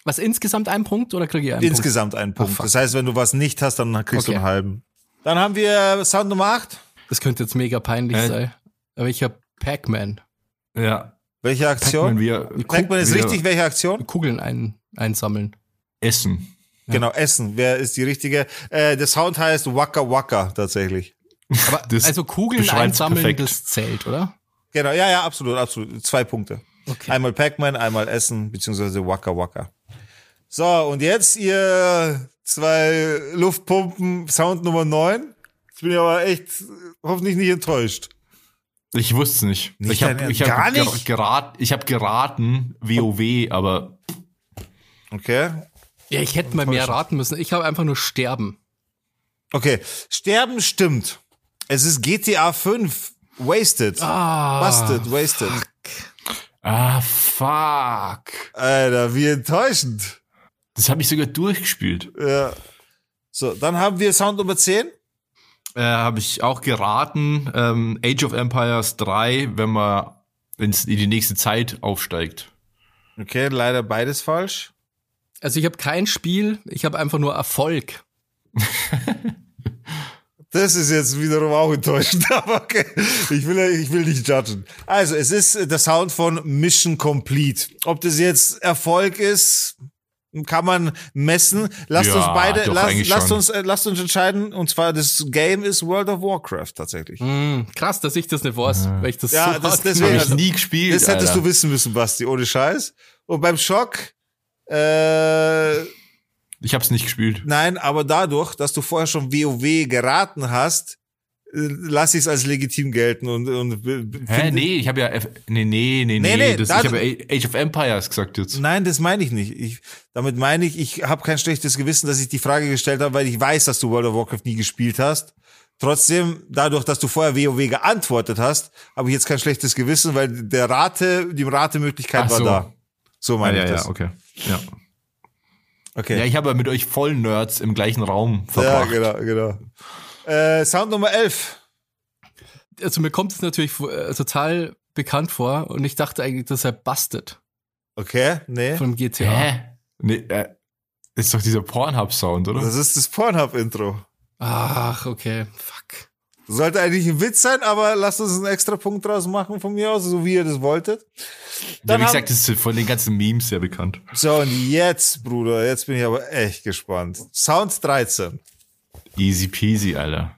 Speaker 4: Was insgesamt ein Punkt oder kriege ich einen Punkt?
Speaker 2: Insgesamt einen Punkt.
Speaker 4: fuck.
Speaker 2: das heißt, wenn du was nicht hast, dann kriegst du
Speaker 4: Okay.
Speaker 2: einen halben. Dann haben wir Sound Nummer 8.
Speaker 4: Das könnte jetzt mega peinlich
Speaker 3: Äh.
Speaker 4: sein. Aber ich habe Pac-Man.
Speaker 3: Ja.
Speaker 2: Welche
Speaker 3: Pac-Man,
Speaker 2: Aktion?
Speaker 3: wir
Speaker 2: Pac-Man ist
Speaker 3: wir
Speaker 2: richtig, welche Aktion?
Speaker 4: Kugeln ein, einsammeln.
Speaker 3: Essen.
Speaker 2: Genau, Essen. Wer ist die richtige? Äh, der Sound heißt Waka Waka tatsächlich.
Speaker 4: Aber
Speaker 3: Das
Speaker 4: also Kugeln
Speaker 3: beschreibt's
Speaker 4: einsammeln,
Speaker 3: perfekt.
Speaker 4: das zählt, oder?
Speaker 2: Genau, ja, ja, absolut, absolut. Zwei Punkte.
Speaker 4: Okay.
Speaker 2: Einmal Pac-Man, einmal Essen, beziehungsweise Waka Waka. So, und jetzt ihr zwei Luftpumpen, Sound Nummer 9. Jetzt bin ich aber echt äh, hoffentlich nicht enttäuscht.
Speaker 3: Ich wusste es nicht.
Speaker 2: Nicht
Speaker 3: ich habe
Speaker 2: dein
Speaker 3: ich
Speaker 2: Ernst? Gar
Speaker 3: hab ger-
Speaker 2: nicht?
Speaker 3: gerat, ich hab geraten, WoW, aber
Speaker 2: Okay.
Speaker 4: Ja, ich hätte mal mehr raten müssen. Ich habe einfach nur sterben.
Speaker 2: Okay. Sterben stimmt. Es ist GTA 5. Wasted.
Speaker 4: Ah,
Speaker 2: Busted, wasted.
Speaker 3: ah, fuck.
Speaker 2: Alter, wie enttäuschend.
Speaker 3: Das habe ich sogar durchgespielt.
Speaker 2: Ja. So, dann haben wir Sound Nummer 10.
Speaker 3: Äh, habe ich auch geraten, ähm, Age of Empires 3, wenn man wenn's in die nächste Zeit aufsteigt.
Speaker 2: Okay, leider beides falsch.
Speaker 4: Also ich habe kein Spiel, ich habe einfach nur Erfolg.
Speaker 2: Das ist jetzt wiederum auch enttäuschend, aber okay. Ich will, ich will nicht judgen. Also, es ist äh, der Sound von Mission Complete. Ob das jetzt Erfolg ist, kann man messen. Lasst
Speaker 3: Ja,
Speaker 2: uns beide,
Speaker 3: doch,
Speaker 2: lasst,
Speaker 3: eigentlich
Speaker 2: lasst,
Speaker 3: schon.
Speaker 2: uns, äh, lasst uns entscheiden. Und zwar das Game ist World of Warcraft tatsächlich.
Speaker 4: Hm, krass, dass ich das nicht weiß, weil ich das
Speaker 2: Ja,
Speaker 4: so
Speaker 2: das-
Speaker 4: hart
Speaker 2: deswegen-
Speaker 3: Hab
Speaker 4: finde.
Speaker 3: ich
Speaker 2: also,
Speaker 3: nie gespielt.
Speaker 2: Das hättest
Speaker 3: Alter.
Speaker 2: du wissen müssen, Basti, ohne Scheiß. Und beim Schock, äh,
Speaker 3: Ich hab's nicht gespielt.
Speaker 2: nein, aber dadurch, dass du vorher schon WoW geraten hast, äh, lass ich es als legitim gelten und, und b- b-
Speaker 3: Hä?
Speaker 2: finde-
Speaker 3: Nee, ich habe ja. F nee, nee, nee, nee.
Speaker 2: Nee, nee,
Speaker 3: das,
Speaker 2: da-
Speaker 3: ich habe A- Age of Empires gesagt jetzt.
Speaker 2: Nein, das meine ich nicht. Ich, damit meine ich, ich habe kein schlechtes Gewissen, dass ich die Frage gestellt habe, weil ich weiß, dass du World of Warcraft nie gespielt hast. Trotzdem, dadurch, dass du vorher WoW geantwortet hast, habe ich jetzt kein schlechtes Gewissen, weil der Rate, die Ratemöglichkeit
Speaker 3: Ach
Speaker 2: war
Speaker 3: so.
Speaker 2: da. So
Speaker 3: Ah,
Speaker 2: meine
Speaker 3: ja,
Speaker 2: ich das.
Speaker 3: ja, okay. Ja.
Speaker 2: okay.
Speaker 3: ja, ich habe ja mit euch voll Nerds im gleichen Raum
Speaker 2: Ja,
Speaker 3: verbracht.
Speaker 2: genau, genau. Äh, Sound Nummer 11.
Speaker 4: Also mir kommt es natürlich vo- äh, total bekannt vor und ich dachte eigentlich, das sei Busted
Speaker 2: Okay, nee.
Speaker 4: von GTA.
Speaker 3: Hä? Nee, äh, ist doch dieser Pornhub-Sound, oder?
Speaker 2: Das ist das Pornhub-Intro.
Speaker 4: Ach, okay. Fuck.
Speaker 2: Sollte eigentlich ein Witz sein, aber lasst uns einen extra Punkt draus machen von mir aus, so wie ihr das wolltet.
Speaker 3: ja,
Speaker 2: Dann
Speaker 3: wie
Speaker 2: haben-
Speaker 3: gesagt, das ist von den ganzen Memes sehr bekannt.
Speaker 2: So, und jetzt, Bruder, jetzt bin ich aber echt gespannt. Sound 13.
Speaker 3: Easy peasy, Alter.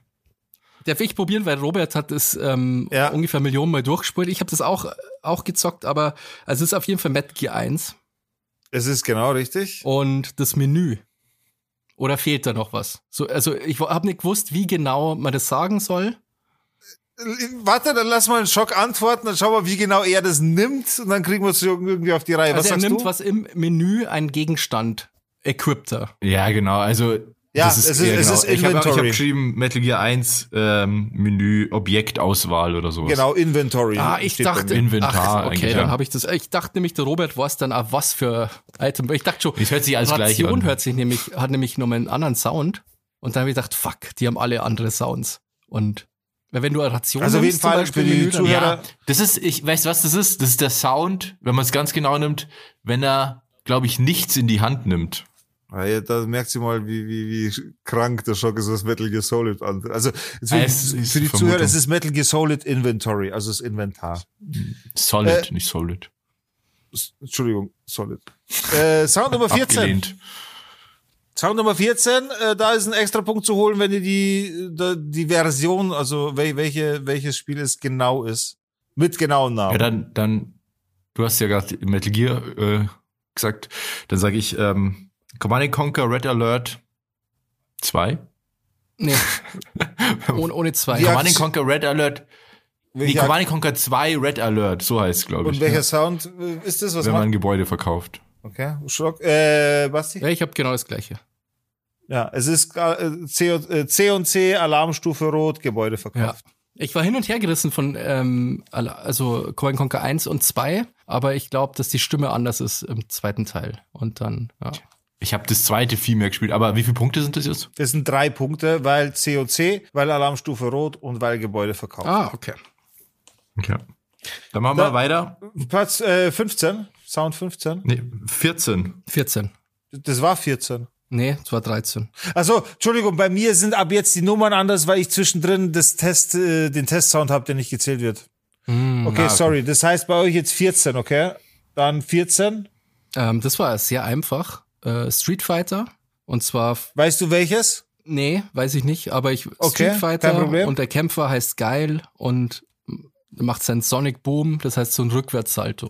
Speaker 4: Darf ich probieren, weil Robert hat es ähm,
Speaker 2: Ja.
Speaker 4: ungefähr Millionen Mal durchgespielt. Ich habe das auch, auch gezockt, aber also es ist auf jeden Fall Metal Gear 1
Speaker 2: Es ist genau richtig.
Speaker 4: und das Menü. Oder fehlt da noch was? So, also ich habe nicht gewusst, wie genau man das sagen soll.
Speaker 2: Warte, dann lass mal einen Schock antworten, dann schauen wir, wie genau er das nimmt und dann kriegen wir es irgendwie auf die Reihe.
Speaker 4: Also
Speaker 2: Was
Speaker 4: er
Speaker 2: sagst
Speaker 4: nimmt
Speaker 2: du?
Speaker 4: was im Menü, einen Gegenstand, equipped er.
Speaker 3: Ja, genau. Also,
Speaker 2: Ja, es ist-
Speaker 3: ja,
Speaker 2: es ist
Speaker 3: genau. Ich habe hab
Speaker 2: Inventory.
Speaker 3: geschrieben, Metal Gear 1 ähm, Menü, Objektauswahl oder sowas.
Speaker 2: Genau, Inventory.
Speaker 4: Ah, ich
Speaker 2: steht bei
Speaker 4: dachte.
Speaker 2: mir.
Speaker 3: Inventar
Speaker 4: ach, okay,
Speaker 3: eigentlich,
Speaker 4: dann
Speaker 3: ja.
Speaker 4: habe ich das. Ich dachte nämlich, der Robert weiß dann auch was für Item. Ich dachte schon,
Speaker 3: Es hört sich alles gleich
Speaker 4: Ration
Speaker 3: an.
Speaker 4: hört sich nämlich, hat nämlich nochmal einen anderen Sound. Und dann habe ich gedacht, fuck, die haben alle andere Sounds. Und weil wenn du eine Ration
Speaker 2: Also auf jeden
Speaker 4: nimmst, zum
Speaker 2: Fall
Speaker 4: Beispiel
Speaker 2: für die
Speaker 4: Menü, dann-
Speaker 2: Zuhörer-
Speaker 3: Ja, das ist, ich weiß was das ist. Das ist der Sound, wenn man es ganz genau nimmt, wenn er, glaube ich, nichts in die Hand nimmt.
Speaker 2: Ah, ja, Da merkt sie mal, wie, wie, wie krank der Schock ist, was Metal Gear Solid an. Also für,
Speaker 3: Ah, es ist
Speaker 2: für die
Speaker 3: Vermutung.
Speaker 2: Zuhörer, es ist Metal Gear Solid Inventory, also das Inventar. Äh,
Speaker 3: Solid, nicht solid.
Speaker 2: S- Entschuldigung, Solid. Äh, Sound Nummer 14.
Speaker 3: Abgelehnt.
Speaker 2: Sound Nummer 14, äh, da ist ein extra Punkt zu holen, wenn ihr die, da, die Version, also wel, welche, welches Spiel es genau ist. Mit genauen Namen.
Speaker 3: Ja, dann, dann, du hast ja gerade Metal Gear äh, gesagt. Dann sage ich ähm, Command and Conquer Red Alert 2.
Speaker 4: Nee, ohne, ohne zwei.
Speaker 2: Ja,
Speaker 3: Command and Conquer Red Alert. Nee,
Speaker 2: Welcher-
Speaker 3: Command and Conquer 2 Red Alert, so heißt es, glaube ich. ne?
Speaker 2: und welcher Sound äh, ist das? Was
Speaker 3: Wenn man
Speaker 2: macht?
Speaker 3: ein Gebäude verkauft.
Speaker 2: Okay, Schock. Äh, Basti?
Speaker 4: Ja, ich habe genau das gleiche.
Speaker 2: Ja, es ist äh, C, und- äh, C und C, Alarmstufe Rot, Gebäude
Speaker 4: Ja.
Speaker 2: verkauft.
Speaker 4: Ich war hin und her gerissen von ähm, alle- also Command Conquer 1 und 2, aber ich glaube, dass die Stimme anders ist im zweiten Teil. Und dann, ja.
Speaker 3: Ich habe das zweite viel mehr gespielt, aber wie viele Punkte sind das jetzt?
Speaker 2: Das sind drei Punkte, weil C und C, weil Alarmstufe Rot und weil Gebäude verkauft.
Speaker 4: Ah, okay.
Speaker 3: Okay. Dann machen
Speaker 2: Da-
Speaker 3: wir weiter.
Speaker 2: Platz äh, 15, Sound 15.
Speaker 3: Nee, 14.
Speaker 4: 14.
Speaker 2: Das war 14.
Speaker 4: Nee, es war 13.
Speaker 2: Also, Entschuldigung, bei mir sind ab jetzt die Nummern anders, weil ich zwischendrin das Test, äh, den Testsound habe, der nicht gezählt wird. Hm, ah, okay, sorry. Das heißt bei euch jetzt 14, okay? Dann 14.
Speaker 4: Ähm, das war sehr einfach. Äh, Street Fighter. Und zwar, f-
Speaker 2: Weißt du welches?
Speaker 4: nee, weiß ich nicht, aber ich
Speaker 2: Okay,
Speaker 4: Street
Speaker 2: kein
Speaker 4: Fighter
Speaker 2: Problem.
Speaker 4: und der Kämpfer heißt geil und m- macht seinen Sonic Boom, das heißt so ein Rückwärtssalto.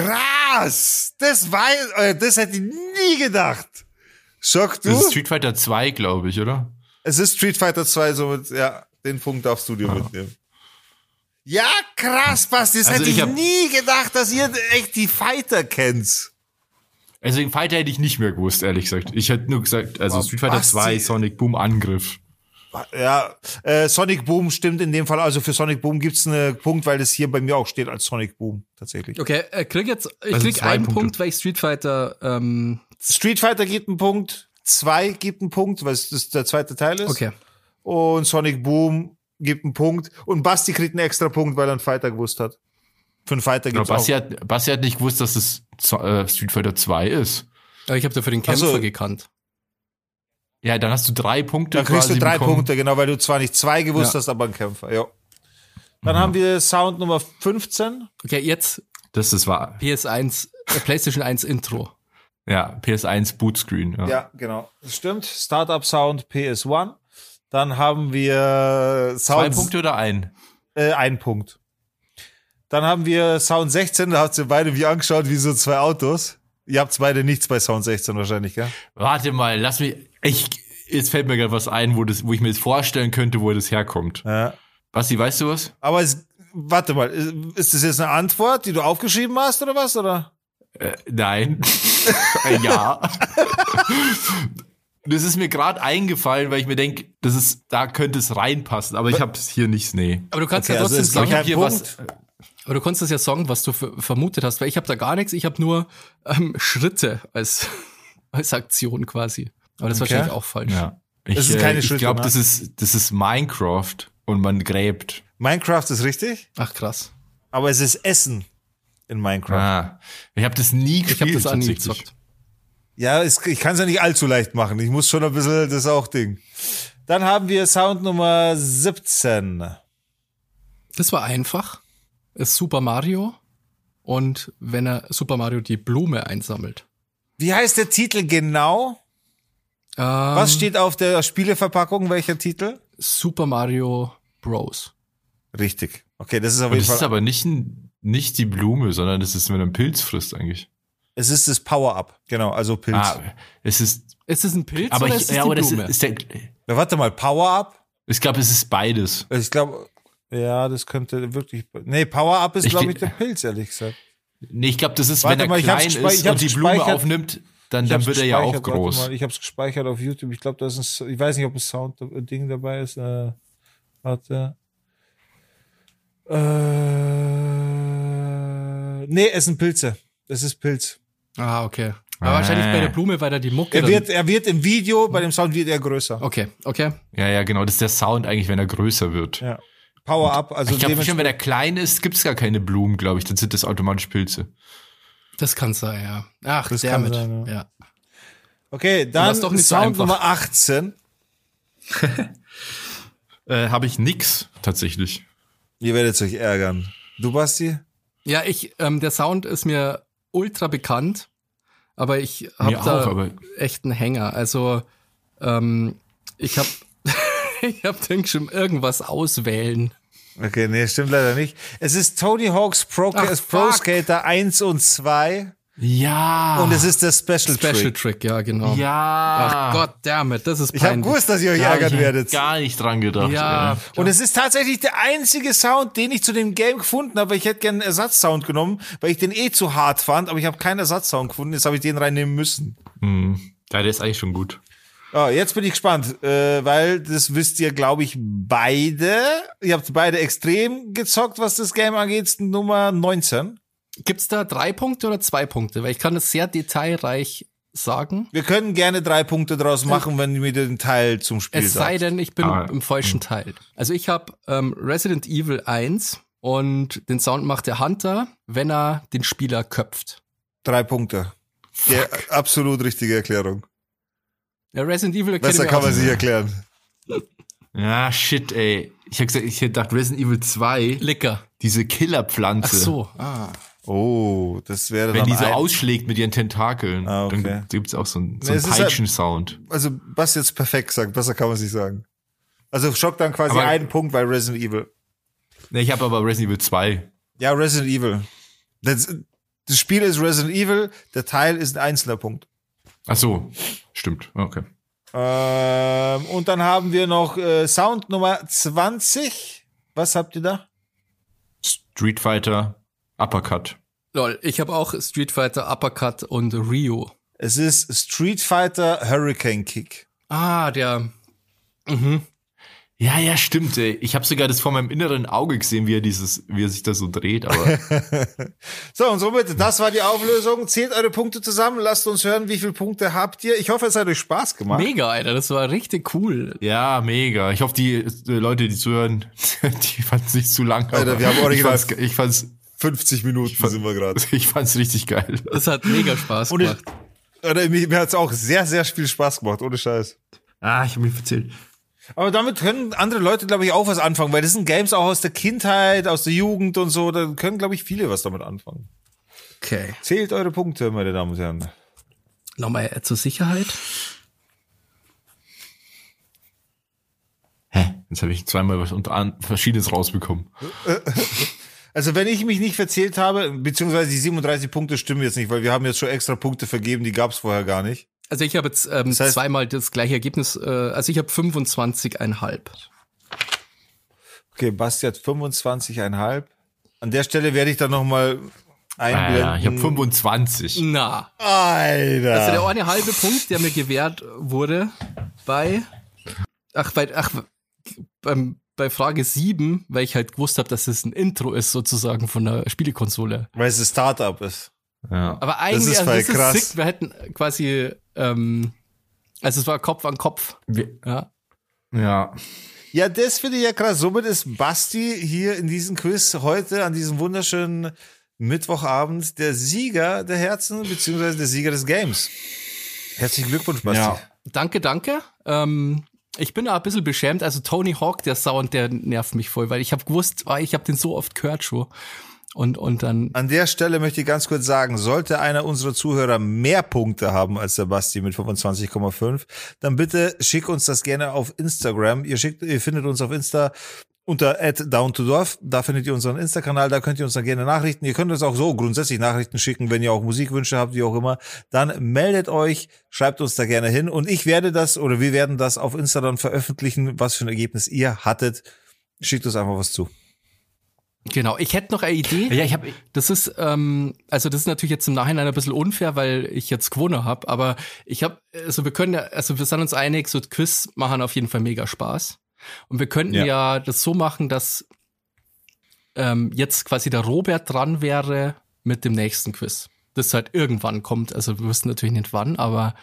Speaker 2: Krass! Das weiß, äh, das hätte ich nie gedacht. Schock,
Speaker 3: Das ist Street Fighter 2, glaube ich, oder?
Speaker 2: Es ist Street Fighter 2, somit, ja, den Punkt darfst du dir
Speaker 3: Ah.
Speaker 2: mitnehmen. Ja, krass, Basti. Das
Speaker 3: Also
Speaker 2: hätte
Speaker 3: ich
Speaker 2: ich
Speaker 3: hab-
Speaker 2: nie gedacht, dass ihr echt die Fighter kennt.
Speaker 3: Also den Fighter hätte ich nicht mehr gewusst, ehrlich gesagt. Ich hätte nur gesagt, also Street Fighter
Speaker 2: Basti.
Speaker 3: 2, Sonic Boom Angriff.
Speaker 2: Ja, äh, Sonic Boom stimmt in dem Fall. Also für Sonic Boom gibt's einen äh, Punkt, weil das hier bei mir auch steht als Sonic Boom tatsächlich.
Speaker 4: Okay, äh, krieg jetzt, ich
Speaker 3: Also
Speaker 4: krieg
Speaker 3: zwei
Speaker 4: einen
Speaker 3: Punkte.
Speaker 4: Punkt, weil ich Street Fighter, ähm,
Speaker 2: Street Fighter gibt einen Punkt, 2 gibt einen Punkt, weil es das der zweite Teil ist.
Speaker 4: okay.
Speaker 2: Und Sonic Boom gibt einen Punkt. Und Basti kriegt einen extra Punkt, weil er einen Fighter gewusst hat. Für einen Fighter
Speaker 3: Genau,
Speaker 2: gibt's
Speaker 3: Basti,
Speaker 2: auch.
Speaker 3: hat, Basti hat nicht gewusst, dass es Zo- äh, Street Fighter 2 ist.
Speaker 4: Aber ich habe dafür den
Speaker 2: Ach so.
Speaker 4: Kämpfer gekannt.
Speaker 3: Ja, dann hast du drei Punkte.
Speaker 2: Dann kriegst du
Speaker 3: quasi
Speaker 2: drei
Speaker 3: bekommen.
Speaker 2: Punkte, genau, weil du zwar nicht zwei gewusst
Speaker 4: Ja.
Speaker 2: hast, aber einen Kämpfer. Ja.
Speaker 3: Mhm.
Speaker 2: Dann haben wir Sound Nummer 15.
Speaker 4: Okay, jetzt
Speaker 3: Das ist wahr.
Speaker 4: PS1, äh, PlayStation 1 Intro.
Speaker 3: Ja, PS1 Bootscreen. Ja.
Speaker 2: Ja, genau. Das stimmt. Startup Sound PS1. Dann haben wir
Speaker 3: Zwei
Speaker 2: Sound
Speaker 3: Punkte oder ein?
Speaker 2: Äh, ein Punkt. Dann haben wir Sound 16, da habt ihr beide wie angeschaut, wie so zwei Autos. Ihr habt beide nichts bei Sound 16 wahrscheinlich, gell?
Speaker 3: Warte mal, lass mich. Ich, jetzt fällt mir gerade was ein, wo, das, wo ich mir jetzt vorstellen könnte, wo das herkommt.
Speaker 2: Ja.
Speaker 3: Basti, weißt du was?
Speaker 2: Aber es, warte mal, ist das jetzt eine Antwort, die du aufgeschrieben hast oder was? Oder?
Speaker 3: Äh, nein. ja. das ist mir gerade eingefallen, weil ich mir denke, das ist, da könnte es reinpassen, aber ich habe es hier nicht, nee.
Speaker 4: Aber du kannst
Speaker 2: Okay,
Speaker 4: ja
Speaker 2: also
Speaker 4: trotzdem
Speaker 2: es gibt
Speaker 4: sagen,
Speaker 2: keinen
Speaker 3: hier
Speaker 2: Punkt.
Speaker 3: was-
Speaker 4: aber du konntest ja sagen, was du ver- vermutet hast, weil ich habe da gar nichts, ich habe nur ähm, Schritte als, als Aktion quasi. Aber das ist
Speaker 2: Okay.
Speaker 4: wahrscheinlich auch falsch.
Speaker 3: Ja. Ich,
Speaker 2: Das ist keine
Speaker 3: äh, ich
Speaker 2: Schuld,
Speaker 3: glaube,
Speaker 2: ne?
Speaker 3: das ist, das ist Minecraft und man gräbt.
Speaker 2: Minecraft ist richtig,
Speaker 4: Ach krass.
Speaker 2: aber es ist Essen in Minecraft.
Speaker 3: Ah, ich habe das nie gespielt.
Speaker 4: Ich habe das auch nie
Speaker 3: tatsächlich.
Speaker 4: gezockt.
Speaker 2: Ja, es, ich kann es ja nicht allzu leicht machen. Ich muss schon ein bisschen das auch Ding. Dann haben wir Sound Nummer 17.
Speaker 4: Das war einfach. Ist Super Mario und wenn er Super Mario die Blume einsammelt.
Speaker 2: Wie heißt der Titel genau?
Speaker 4: Ähm,
Speaker 2: Was steht auf der Spieleverpackung? Welcher Titel?
Speaker 4: Super Mario Bros.
Speaker 2: Richtig. Okay, das ist auf
Speaker 3: Und
Speaker 2: jeden
Speaker 3: das ist
Speaker 2: Fall.
Speaker 3: aber nicht, ein, nicht die Blume, sondern das ist, wenn er einen Pilz frisst eigentlich.
Speaker 2: Es ist das Power-Up. Genau, also Pilz.
Speaker 3: Ah, es ist,
Speaker 4: Ist es ein Pilz
Speaker 3: aber
Speaker 4: oder
Speaker 3: ich,
Speaker 4: ist es
Speaker 3: ja,
Speaker 4: die
Speaker 3: aber das
Speaker 4: Blume?
Speaker 3: ist, ist der,
Speaker 2: Ja, warte mal, Power-Up?
Speaker 3: ich glaube, es ist beides.
Speaker 2: Ich glaube, ja, das könnte wirklich. Nee, Power-Up ist,
Speaker 3: Ich
Speaker 2: glaube
Speaker 3: geh-
Speaker 2: ich, der Pilz, ehrlich gesagt.
Speaker 3: Nee, ich glaube, das ist,
Speaker 2: Warte
Speaker 3: wenn er
Speaker 2: mal, ich hab's
Speaker 3: klein ist
Speaker 2: gespei- ich hab's
Speaker 3: und die Blume
Speaker 2: gespeichert.
Speaker 3: aufnimmt, dann,
Speaker 2: Ich
Speaker 3: dann
Speaker 2: hab's
Speaker 3: wird er ja auch
Speaker 2: gespeichert, warte
Speaker 3: groß.
Speaker 2: Mal, ich habe es gespeichert auf YouTube. Ich glaube, da ist ein. Ich weiß nicht, ob ein Sound-Ding dabei ist. Äh, warte. Äh, nee, es sind Pilze. Es ist Pilz.
Speaker 4: ah, okay. Aber wahrscheinlich bei der Blume, weil er die Mucke.
Speaker 2: Er
Speaker 3: Genau.
Speaker 4: dann-
Speaker 2: wird, er wird im Video, bei dem Sound wird er
Speaker 3: Oh.
Speaker 2: größer.
Speaker 4: okay, okay.
Speaker 3: Ja, ja, genau. Das ist der Sound eigentlich, wenn er größer wird.
Speaker 2: Ja. Power-Up, also
Speaker 3: ich glaube,
Speaker 2: dementsprechend-
Speaker 3: schon wenn er klein ist, gibt's gar keine Blumen, glaube ich. Dann sind das automatisch Pilze.
Speaker 4: Das kann sein, ja. Ach,
Speaker 2: Das kann
Speaker 4: damit.
Speaker 2: sein,
Speaker 4: ja.
Speaker 2: Okay,
Speaker 4: war
Speaker 2: dann
Speaker 4: es doch nicht so
Speaker 2: Sound
Speaker 4: einfach.
Speaker 2: Nummer 18.
Speaker 3: Äh, Habe ich nix tatsächlich.
Speaker 2: Ihr werdet euch ärgern. Du, Basti?
Speaker 4: Ja, ich, ähm, der Sound ist mir ultra bekannt, aber ich habe
Speaker 3: Mir
Speaker 4: da
Speaker 3: auch, aber-
Speaker 4: echt einen Hänger. Also, ähm, ich habe ich hab, denk schon irgendwas auswählen.
Speaker 2: Okay, nee, stimmt leider nicht. Es ist Tony Hawk's Pro,
Speaker 4: Ach,
Speaker 2: Pro
Speaker 4: fuck.
Speaker 2: Skater 1 und 2
Speaker 3: Ja.
Speaker 2: und es ist der Special,
Speaker 4: Special
Speaker 2: Trick.
Speaker 4: Trick, ja, genau.
Speaker 3: ja.
Speaker 4: Ach Gott, damit, das ist
Speaker 2: Ich habe
Speaker 4: peinlich.
Speaker 2: gewusst, dass ihr euch
Speaker 3: Da hab
Speaker 2: ärgern
Speaker 3: ich
Speaker 2: werdet.
Speaker 3: Gar nicht dran gedacht.
Speaker 4: ja,
Speaker 3: ey.
Speaker 2: Und es ist tatsächlich der einzige Sound, den ich zu dem Game gefunden habe. Ich hätte gerne einen Ersatzsound genommen, weil ich den eh zu hart fand, aber ich habe keinen Ersatzsound gefunden. Jetzt habe ich den reinnehmen müssen.
Speaker 3: Hm. Ja, der ist eigentlich schon gut.
Speaker 2: Ah, jetzt bin ich gespannt, äh, weil das wisst ihr, glaube ich, beide. Ihr habt beide extrem gezockt, was das Game angeht. Nummer 19.
Speaker 4: gibt's da drei Punkte oder zwei Punkte? Weil ich kann das sehr detailreich sagen.
Speaker 2: Wir können gerne drei Punkte draus machen, wenn ihr mir den Teil zum Spiel
Speaker 4: Es sei
Speaker 2: sagt.
Speaker 4: denn, ich bin
Speaker 3: Ah,
Speaker 4: im falschen Teil. Also ich habe ähm, Resident Evil 1 und den Sound macht der Hunter, wenn er den Spieler köpft.
Speaker 2: Drei Punkte. Die absolut richtige Erklärung.
Speaker 4: Ja, Resident Evil erkennt
Speaker 2: Besser
Speaker 4: ihr
Speaker 2: kann
Speaker 4: auch.
Speaker 2: man sich erklären.
Speaker 3: Ja, shit, ey. Ich hab gesagt, ich hätte gedacht, Resident Evil 2,
Speaker 4: Licker.
Speaker 3: diese
Speaker 4: Ach
Speaker 3: Killerpflanze.
Speaker 4: so. Ah.
Speaker 2: Oh, das wäre
Speaker 3: Wenn
Speaker 2: dann
Speaker 3: die so
Speaker 2: ein-
Speaker 3: ausschlägt mit ihren Tentakeln,
Speaker 2: Ah, okay.
Speaker 3: dann gibt's auch so einen, so
Speaker 2: Nee,
Speaker 3: einen
Speaker 2: es ist halt-
Speaker 3: Peitschen-Sound.
Speaker 2: Also, was jetzt perfekt sagt, besser kann man sich sagen. Also, Schock dann quasi
Speaker 3: Aber-
Speaker 2: einen Punkt bei Resident Evil.
Speaker 3: Nee, ich habe aber Resident Evil 2.
Speaker 2: Ja, Resident Evil. Das, das Spiel ist Resident Evil, der Teil ist ein einzelner Punkt.
Speaker 3: Ach so, stimmt. Ah, Okay.
Speaker 2: Ähm, und dann haben wir noch äh, Sound Nummer 20. Was habt ihr da?
Speaker 3: Street Fighter, Uppercut.
Speaker 4: Lol, ich habe auch Street Fighter Uppercut und Rio.
Speaker 2: Es ist Street Fighter Hurricane Kick.
Speaker 4: Ah, der.
Speaker 3: Ja, ja, stimmt, ey. Ich habe sogar das vor meinem inneren Auge gesehen, wie er dieses, wie er sich da so dreht, aber
Speaker 2: So, und somit, das war die Auflösung. Zählt eure Punkte zusammen, lasst uns hören, wie viele Punkte habt ihr. Ich hoffe, es hat euch Spaß gemacht.
Speaker 4: Mega, Alter, das war richtig cool.
Speaker 3: ja, mega. Ich hoffe, die äh, Leute, die zuhören, die fanden es nicht zu lang. aber
Speaker 2: Alter, wir haben
Speaker 3: ich
Speaker 2: original-
Speaker 3: fand's, ge- ich fand's,
Speaker 2: 50 Minuten sind wir gerade.
Speaker 3: ich fand's richtig geil.
Speaker 4: Das hat mega Spaß
Speaker 2: Und ich-
Speaker 4: gemacht.
Speaker 2: Alter, Mir, mir hat es auch sehr, sehr viel Spaß gemacht, ohne Scheiß.
Speaker 3: Ah, ich habe mich verzählt.
Speaker 2: Aber damit können andere Leute, glaube ich, auch was anfangen, weil das sind Games auch aus der Kindheit, aus der Jugend und so. Da können, glaube ich, viele was damit anfangen.
Speaker 4: Okay.
Speaker 2: Zählt eure Punkte, meine Damen und Herren.
Speaker 4: Nochmal äh, zur Sicherheit.
Speaker 3: Hä? Jetzt habe ich zweimal was unter an Verschiedenes rausbekommen.
Speaker 2: Also wenn ich mich nicht verzählt habe, beziehungsweise die 37 Punkte stimmen jetzt nicht, weil wir haben jetzt schon extra Punkte vergeben, die gab es vorher gar nicht.
Speaker 4: Also ich habe jetzt ähm,
Speaker 2: Das heißt-
Speaker 4: zweimal das gleiche Ergebnis. Äh, also ich habe 25,5.
Speaker 2: Okay, Basti hat 25,5. An der Stelle werde ich dann nochmal einblenden.
Speaker 3: Naja, Ah, ich habe 25.
Speaker 4: Na,
Speaker 2: Ah. Alter.
Speaker 4: also der eine halbe Punkt, der mir gewährt wurde bei ach bei ach beim bei Frage 7, weil ich halt gewusst habe, dass es ein Intro ist sozusagen von der Spielekonsole.
Speaker 2: Weil es ein Startup ist.
Speaker 3: Ja.
Speaker 4: Aber eigentlich
Speaker 2: ist
Speaker 4: also
Speaker 2: voll
Speaker 4: das ist
Speaker 2: krass.
Speaker 4: sick. Wir hätten quasi ähm, also es war Kopf an Kopf.
Speaker 3: Wir-
Speaker 4: Ja.
Speaker 3: ja.
Speaker 2: Ja, das finde ich ja krass. Somit ist Basti hier in diesem Quiz heute an diesem wunderschönen Mittwochabend der Sieger der Herzen, beziehungsweise der Sieger des Games. Herzlichen Glückwunsch, Basti.
Speaker 3: Ja.
Speaker 4: Danke, danke. Ähm, ich bin da ein bisschen beschämt. Also Tony Hawk, der Sound, der nervt mich voll, weil ich habe gewusst, ah, ich habe den so oft gehört schon. Und, und dann,
Speaker 2: An der Stelle möchte ich ganz kurz sagen, sollte einer unserer Zuhörer mehr Punkte haben als der Basti mit 25,5, dann bitte schick uns das gerne auf Instagram. Ihr, schickt, ihr findet uns auf Insta unter @downtodorf. Da findet ihr unseren Insta-Kanal, da könnt ihr uns dann gerne Nachrichten. Ihr könnt uns auch so grundsätzlich Nachrichten schicken, wenn ihr auch Musikwünsche habt, wie auch immer. Dann meldet euch, schreibt uns da gerne hin und ich werde das oder wir werden das auf Insta dann veröffentlichen, was für ein Ergebnis ihr hattet. Schickt uns einfach was zu.
Speaker 4: genau, ich hätte noch eine Idee.
Speaker 3: Ja, ich habe
Speaker 4: Das ist, ähm, also das ist natürlich jetzt im Nachhinein ein bisschen unfair, weil ich jetzt gewonnen habe, aber ich habe, also wir können ja, also wir sind uns einig, so Quiz machen auf jeden Fall mega Spaß. Und wir könnten ja,
Speaker 2: Ja.
Speaker 4: das so machen, dass ähm, jetzt quasi der Robert dran wäre mit dem nächsten Quiz. Das halt irgendwann kommt. Also wir wissen natürlich nicht wann, aber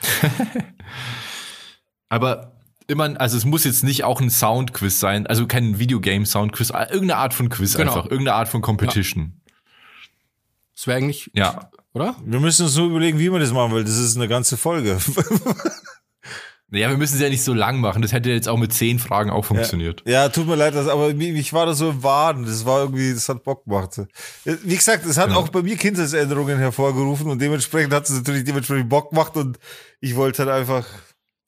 Speaker 3: Aber immer, also es muss jetzt nicht auch ein Soundquiz sein, also kein Videogame-Soundquiz, äh, irgendeine Art von Quiz
Speaker 4: Genau.
Speaker 3: einfach, irgendeine Art von Competition.
Speaker 4: es wäre eigentlich,
Speaker 3: Ja.
Speaker 4: oder?
Speaker 2: Wir müssen uns nur überlegen, wie man das machen will. Das ist eine ganze Folge.
Speaker 3: Naja, wir müssen es ja nicht so lang machen. Das hätte jetzt auch mit zehn Fragen auch funktioniert.
Speaker 2: Ja, tut mir leid, das, aber mi- mich war das so im Waden. Das war irgendwie, das hat Bock gemacht. Äh, Wie gesagt, es hat auch bei mir Kindheitserinnerungen hervorgerufen und dementsprechend hat es natürlich dementsprechend Bock gemacht und ich wollte halt einfach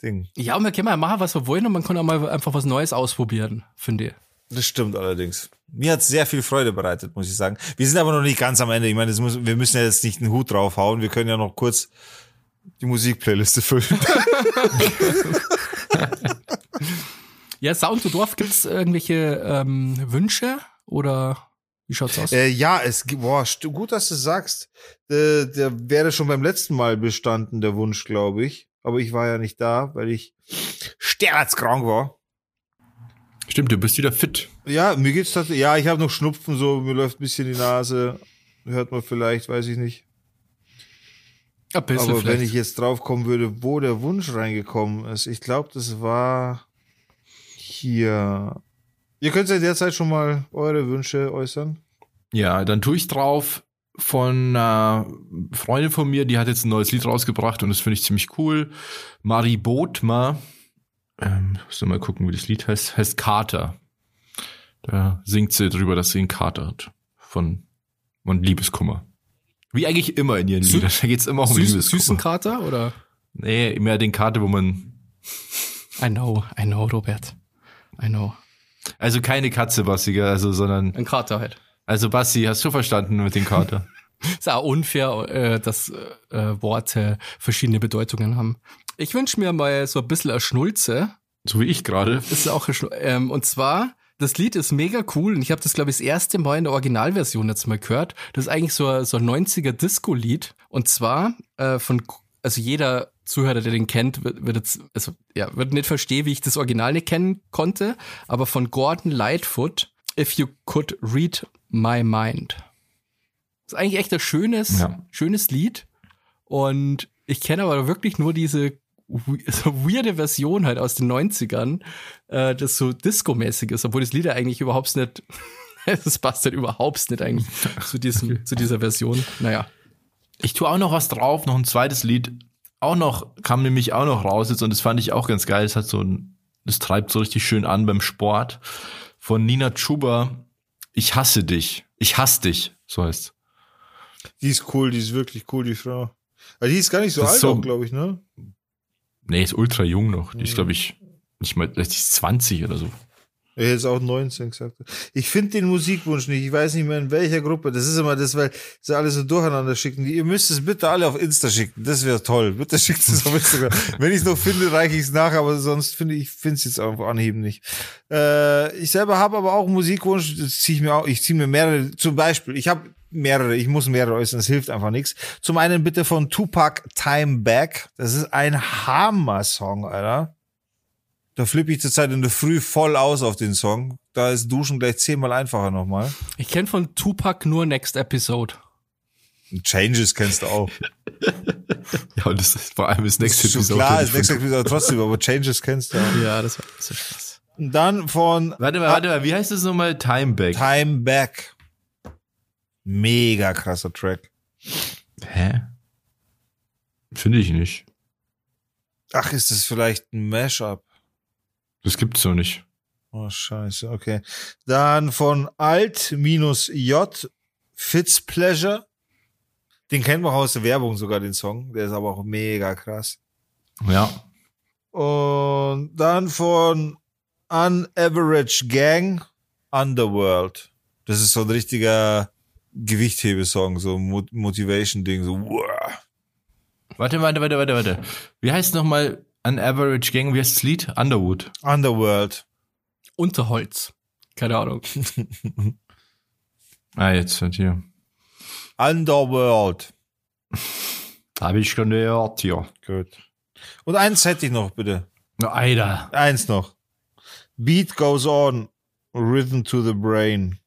Speaker 2: Ding.
Speaker 4: Ja, und wir können mal machen, was wir wollen und man kann auch mal einfach was Neues ausprobieren, finde ich.
Speaker 2: Das stimmt allerdings. Mir hat sehr viel Freude bereitet, muss ich sagen. Wir sind aber noch nicht ganz am Ende. Ich meine, das muss, wir müssen ja jetzt nicht einen Hut draufhauen. Wir können ja noch kurz die Musikplayliste füllen.
Speaker 4: Ja, Sound to Dorf, gibt's irgendwelche ähm, Wünsche oder wie schaut's aus?
Speaker 2: Äh, ja, es gibt, boah, st- gut, dass du es sagst. Äh, der wäre schon beim letzten Mal bestanden, der Wunsch, glaube ich. Aber ich war ja nicht da, weil ich sterbenskrank war.
Speaker 3: Stimmt, du bist wieder fit.
Speaker 2: Ja, mir geht's tatsächlich. Ja, ich habe noch Schnupfen, so, mir läuft ein bisschen die Nase. Hört man vielleicht, weiß ich nicht.
Speaker 4: Ein bisschen
Speaker 2: Aber
Speaker 4: vielleicht.
Speaker 2: wenn ich jetzt draufkommen würde, wo der Wunsch reingekommen ist, ich glaube, das war hier. Ihr könnt ja derzeit schon mal eure Wünsche äußern.
Speaker 3: Ja, dann tue ich drauf von einer Freundin von mir, die hat jetzt ein neues Lied rausgebracht und das finde ich ziemlich cool. Marie Bodmer, ähm, muss noch mal gucken, wie das Lied heißt, heißt Kater. Da singt sie drüber, dass sie einen Kater hat von, von Liebeskummer. Wie eigentlich immer in ihren
Speaker 4: Sü-
Speaker 3: Liedern, da geht's immer um
Speaker 4: Süß,
Speaker 3: Liebeskummer.
Speaker 4: süßen Kater oder?
Speaker 3: nee, mehr den Kater, wo man,
Speaker 4: I know, I know, Robert. I know.
Speaker 3: also keine Katze, Bassiger, also, sondern,
Speaker 4: Ein Kater halt.
Speaker 3: also Bassi, hast du verstanden mit dem Kater?
Speaker 4: Ist auch unfair, äh, dass äh, äh, Worte verschiedene Bedeutungen haben. Ich wünsche mir mal so ein bisschen eine Schnulze.
Speaker 3: so wie ich gerade.
Speaker 4: Ist auch eine Schnu- ähm, und zwar das Lied ist mega cool und ich habe das glaube ich das erste Mal in der Originalversion jetzt mal gehört. Das ist eigentlich so ein, so ein 90er Disco Lied und zwar äh, von also jeder Zuhörer, der den kennt, wird, wird jetzt also ja, wird nicht verstehen, wie ich das Original nicht kennen konnte, aber von Gordon Lightfoot If you could read my mind. Ist eigentlich echt ein schönes
Speaker 3: Ja.
Speaker 4: schönes Lied und ich kenne aber wirklich nur diese we- so weirde Version halt aus den 90ern, äh, das so Disco-mäßig ist, obwohl das Lied ja eigentlich überhaupt nicht, es passt halt überhaupt nicht eigentlich zu, diesem, zu dieser Version. Naja.
Speaker 3: Ich tue auch noch was drauf, noch ein zweites Lied. Auch noch, kam nämlich auch noch raus jetzt und das fand ich auch ganz geil. Es hat so ein, es treibt so richtig schön an beim Sport. Von Nina Chuba. Ich hasse dich. Ich hasse dich. So heißt
Speaker 2: Die ist cool, die ist wirklich cool, die Frau. Also die ist gar nicht so
Speaker 3: Das
Speaker 2: alt,
Speaker 3: ist so-
Speaker 2: auch, glaube ich, ne?
Speaker 3: Nee, ist ultra jung noch.
Speaker 2: Mhm.
Speaker 3: Die ist, glaube ich, nicht mal, die ist 20 oder so.
Speaker 2: Ich hätte jetzt auch 19 gesagt. Ich finde den Musikwunsch nicht. Ich weiß nicht mehr in welcher Gruppe. Das ist immer das, weil sie alles so durcheinander schicken. Ihr müsst es bitte alle auf Insta schicken. Das wäre toll. Bitte schickt es auf Instagram. Wenn ich es noch finde, reiche ich es nach, aber sonst finde ich, finde es jetzt einfach anheben nicht. Äh, ich selber habe aber auch einen Musikwunsch. Das ziehe ich mir auch. Ich ziehe mir mehrere. Zum Beispiel, ich habe mehrere. Ich muss mehrere äußern. Das hilft einfach nichts. Zum einen bitte von Tupac Time Back. Das ist ein Hammer-Song, Alter. Da flippe ich zurzeit in der Früh voll aus auf den Song. Da ist Duschen gleich zehnmal einfacher nochmal.
Speaker 4: Ich kenne von Tupac nur Next Episode.
Speaker 2: Und Changes kennst du auch.
Speaker 3: Ja, und das ist vor allem das nächste
Speaker 2: ist schon
Speaker 3: Episode.
Speaker 2: klar, ist nächste Episode trotzdem, aber Changes kennst du auch.
Speaker 4: Ja, das war ein bisschen Spaß.
Speaker 2: Und dann von
Speaker 3: Warte mal, warte mal, wie heißt das nochmal? Time Back.
Speaker 2: Time Back. Mega krasser Track.
Speaker 3: Hä? Finde ich nicht.
Speaker 2: Ach, ist das vielleicht ein Mashup?
Speaker 3: Das gibt's so nicht.
Speaker 2: Oh, scheiße, okay. Dann von Alt minus J, Fitzpleasure. Den kennen wir auch aus der Werbung sogar, den Song. Der ist aber auch mega krass.
Speaker 3: Ja.
Speaker 2: Und dann von Unaverage Gang Underworld. Das ist so ein richtiger Gewichthebesong, so ein Mot- Motivation-Ding, so. uah.
Speaker 3: Warte, warte, warte, warte, warte. Wie heißt nochmal An Average Gang? Wie heißt das Lied? Underwood.
Speaker 2: Underworld.
Speaker 4: Unterholz. Keine Ahnung.
Speaker 3: Ah, jetzt hat hier.
Speaker 2: Underworld.
Speaker 3: Hab ich schon gehört hier.
Speaker 2: Gut. Und eins hätte ich noch, bitte.
Speaker 3: Alter.
Speaker 2: Eins noch. Beat goes on. Rhythm to the brain.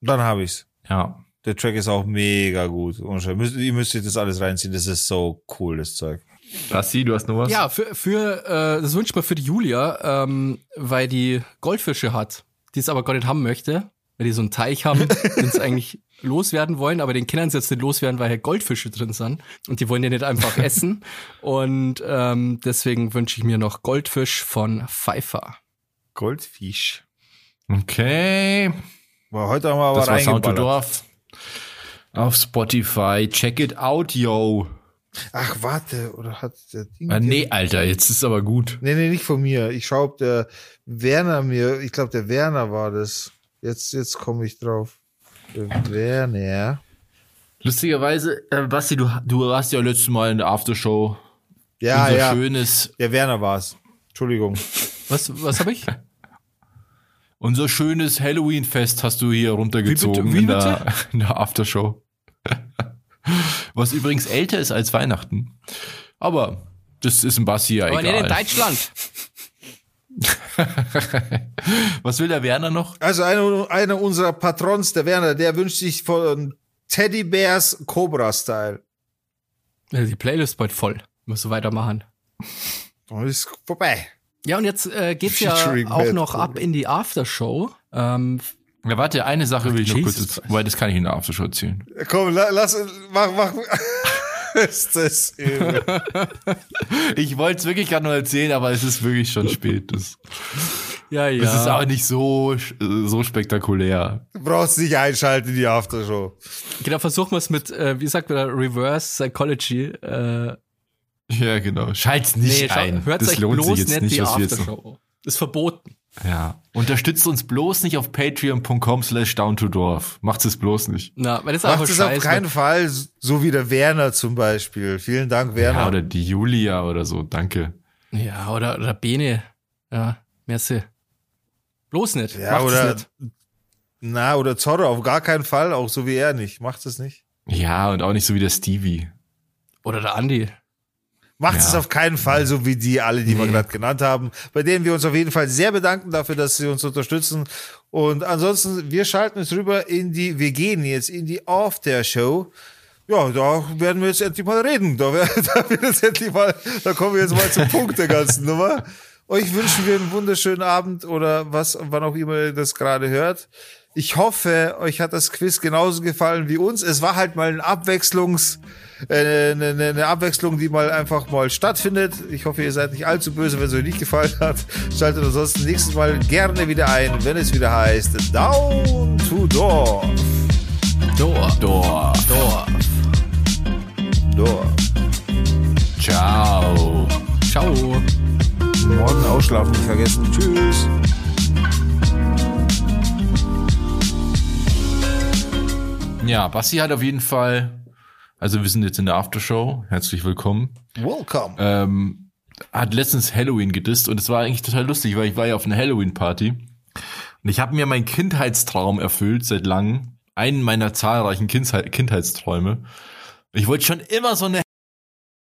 Speaker 2: Dann habe ich's.
Speaker 3: Ja.
Speaker 2: Der Track ist auch mega gut. Unscheinbar. Müsst, ihr müsst euch das alles reinziehen. Das ist so cool, das Zeug.
Speaker 3: Rassi, du hast noch was?
Speaker 4: Ja, für, für äh, das wünsche ich mir für die Julia, ähm, weil die Goldfische hat, die es aber gar nicht haben möchte, weil die so einen Teich haben, den sie eigentlich loswerden wollen, aber den Kindern sie jetzt nicht loswerden, weil ja Goldfische drin sind und die wollen ja nicht einfach essen. Und ähm, deswegen wünsche ich mir noch Goldfisch von Pfeiffer.
Speaker 2: Goldfisch.
Speaker 3: Okay.
Speaker 2: Boah, heute haben wir aber
Speaker 3: Das war Sound to
Speaker 2: reingeballert.
Speaker 3: Dorf. Auf Spotify. Check it out, yo.
Speaker 2: Ach, warte, oder hat der Ding...
Speaker 3: Ah, nee, Alter, jetzt ist aber gut.
Speaker 2: Nee, nee, nicht von mir. Ich schaue, ob der Werner mir... Ich glaube, der Werner war das. Jetzt, jetzt komme ich drauf. Der Werner.
Speaker 3: Lustigerweise, äh, Basti, du, du warst ja letztes Mal in der Aftershow.
Speaker 2: Ja,
Speaker 3: unser
Speaker 2: ja.
Speaker 3: schönes,
Speaker 2: Der Werner war es. Entschuldigung.
Speaker 4: Was, was habe ich?
Speaker 3: unser schönes Halloween-Fest hast du hier runtergezogen
Speaker 4: Wie
Speaker 3: in,
Speaker 4: bitte? Wie
Speaker 3: der, in der Aftershow. Was übrigens älter ist als Weihnachten. Aber das ist ein Basti ja
Speaker 4: Aber nee, in
Speaker 3: egal.
Speaker 4: Deutschland.
Speaker 3: Was will der Werner noch?
Speaker 2: Also einer einer unserer Patrons, der Werner, der wünscht sich von Teddy Bears Cobra-Style.
Speaker 4: Ja, die Playlist ist bald voll. Muss weitermachen.
Speaker 2: Und Oh, ist vorbei.
Speaker 4: Ja, und jetzt äh, geht's ja
Speaker 2: Featuring
Speaker 4: auch
Speaker 2: Bad
Speaker 4: noch
Speaker 2: Bunny.
Speaker 4: ab in die Aftershow. Ähm,
Speaker 3: Ja, warte, eine Sache will ich noch
Speaker 4: Jesus
Speaker 3: kurz,
Speaker 4: Christ.
Speaker 3: weil das kann ich in der Aftershow erzählen.
Speaker 2: Komm, la- lass... Mach, mach... ist das übel.
Speaker 3: Ich wollte es wirklich gerade nur erzählen, aber es ist wirklich schon spät. Das,
Speaker 4: ja, ja.
Speaker 3: das ist auch nicht so, so spektakulär.
Speaker 2: Du brauchst nicht einschalten in die Aftershow.
Speaker 4: Genau, versuchen wir es mit, äh, wie sagt man da, Reverse Psychology. Äh,
Speaker 3: Ja, genau. Schalt's nicht
Speaker 4: schau-
Speaker 3: ein.
Speaker 4: hört's
Speaker 3: das
Speaker 4: euch
Speaker 3: lohnt sich
Speaker 4: bloß
Speaker 3: jetzt
Speaker 4: nicht,
Speaker 3: nicht,
Speaker 4: die
Speaker 3: was wir jetzt noch
Speaker 4: Aftershow. Ist verboten.
Speaker 3: Ja. Unterstützt uns bloß nicht auf patreon.com slash downtodorf. Macht's es bloß nicht.
Speaker 4: Na, weil das ist
Speaker 2: Macht
Speaker 4: einfach
Speaker 2: es auf
Speaker 4: scheiße.
Speaker 2: keinen Fall, so wie der Werner zum Beispiel. Vielen Dank,
Speaker 3: Ja,
Speaker 2: Werner.
Speaker 3: oder die Julia oder so. Danke.
Speaker 4: ja, oder, oder Bene. Ja, merci. Bloß nicht.
Speaker 2: Ja,
Speaker 4: Macht's
Speaker 2: oder-
Speaker 4: nicht.
Speaker 2: Na, oder Zorro, auf gar keinen Fall, auch so wie er nicht. Macht es nicht.
Speaker 3: Ja, und auch nicht so wie der Stevie.
Speaker 4: Oder der Andi.
Speaker 2: Macht
Speaker 3: Ja.
Speaker 2: es auf keinen Fall, so wie die alle, die wir
Speaker 3: Nee.
Speaker 2: gerade genannt haben, bei denen wir uns auf jeden Fall sehr bedanken dafür, dass sie uns unterstützen. Und ansonsten, wir schalten uns rüber in die, wir gehen jetzt in die After-Show. Ja, da werden wir jetzt endlich mal reden. Da, wär, da, wird jetzt endlich mal, da kommen wir jetzt mal zum Punkt der ganzen Nummer. Euch wünschen wir einen wunderschönen Abend oder was, wann auch immer ihr das gerade hört. Ich hoffe, euch hat das Quiz genauso gefallen wie uns. Es war halt mal eine Abwechslungs, äh, eine, eine, eine Abwechslung, die mal einfach mal stattfindet. Ich hoffe, ihr seid nicht allzu böse, wenn es euch nicht gefallen hat. Schaltet ansonsten nächstes Mal gerne wieder ein, wenn es wieder heißt Down to Door.
Speaker 4: Dorf.
Speaker 3: Dorf.
Speaker 4: Dorf.
Speaker 2: Door.
Speaker 3: Ciao.
Speaker 4: Ciao.
Speaker 2: Morgen ausschlafen nicht vergessen. Tschüss.
Speaker 3: Ja, Basti hat auf jeden Fall, also wir sind jetzt in der Aftershow, herzlich willkommen,
Speaker 2: Welcome.
Speaker 3: ähm, hat letztens Halloween gedisst und es war eigentlich total lustig, weil ich war ja auf einer Halloween-Party und ich habe mir meinen Kindheitstraum erfüllt seit langem, einen meiner zahlreichen Kindheit Kindheitsträume. Ich wollte schon immer so eine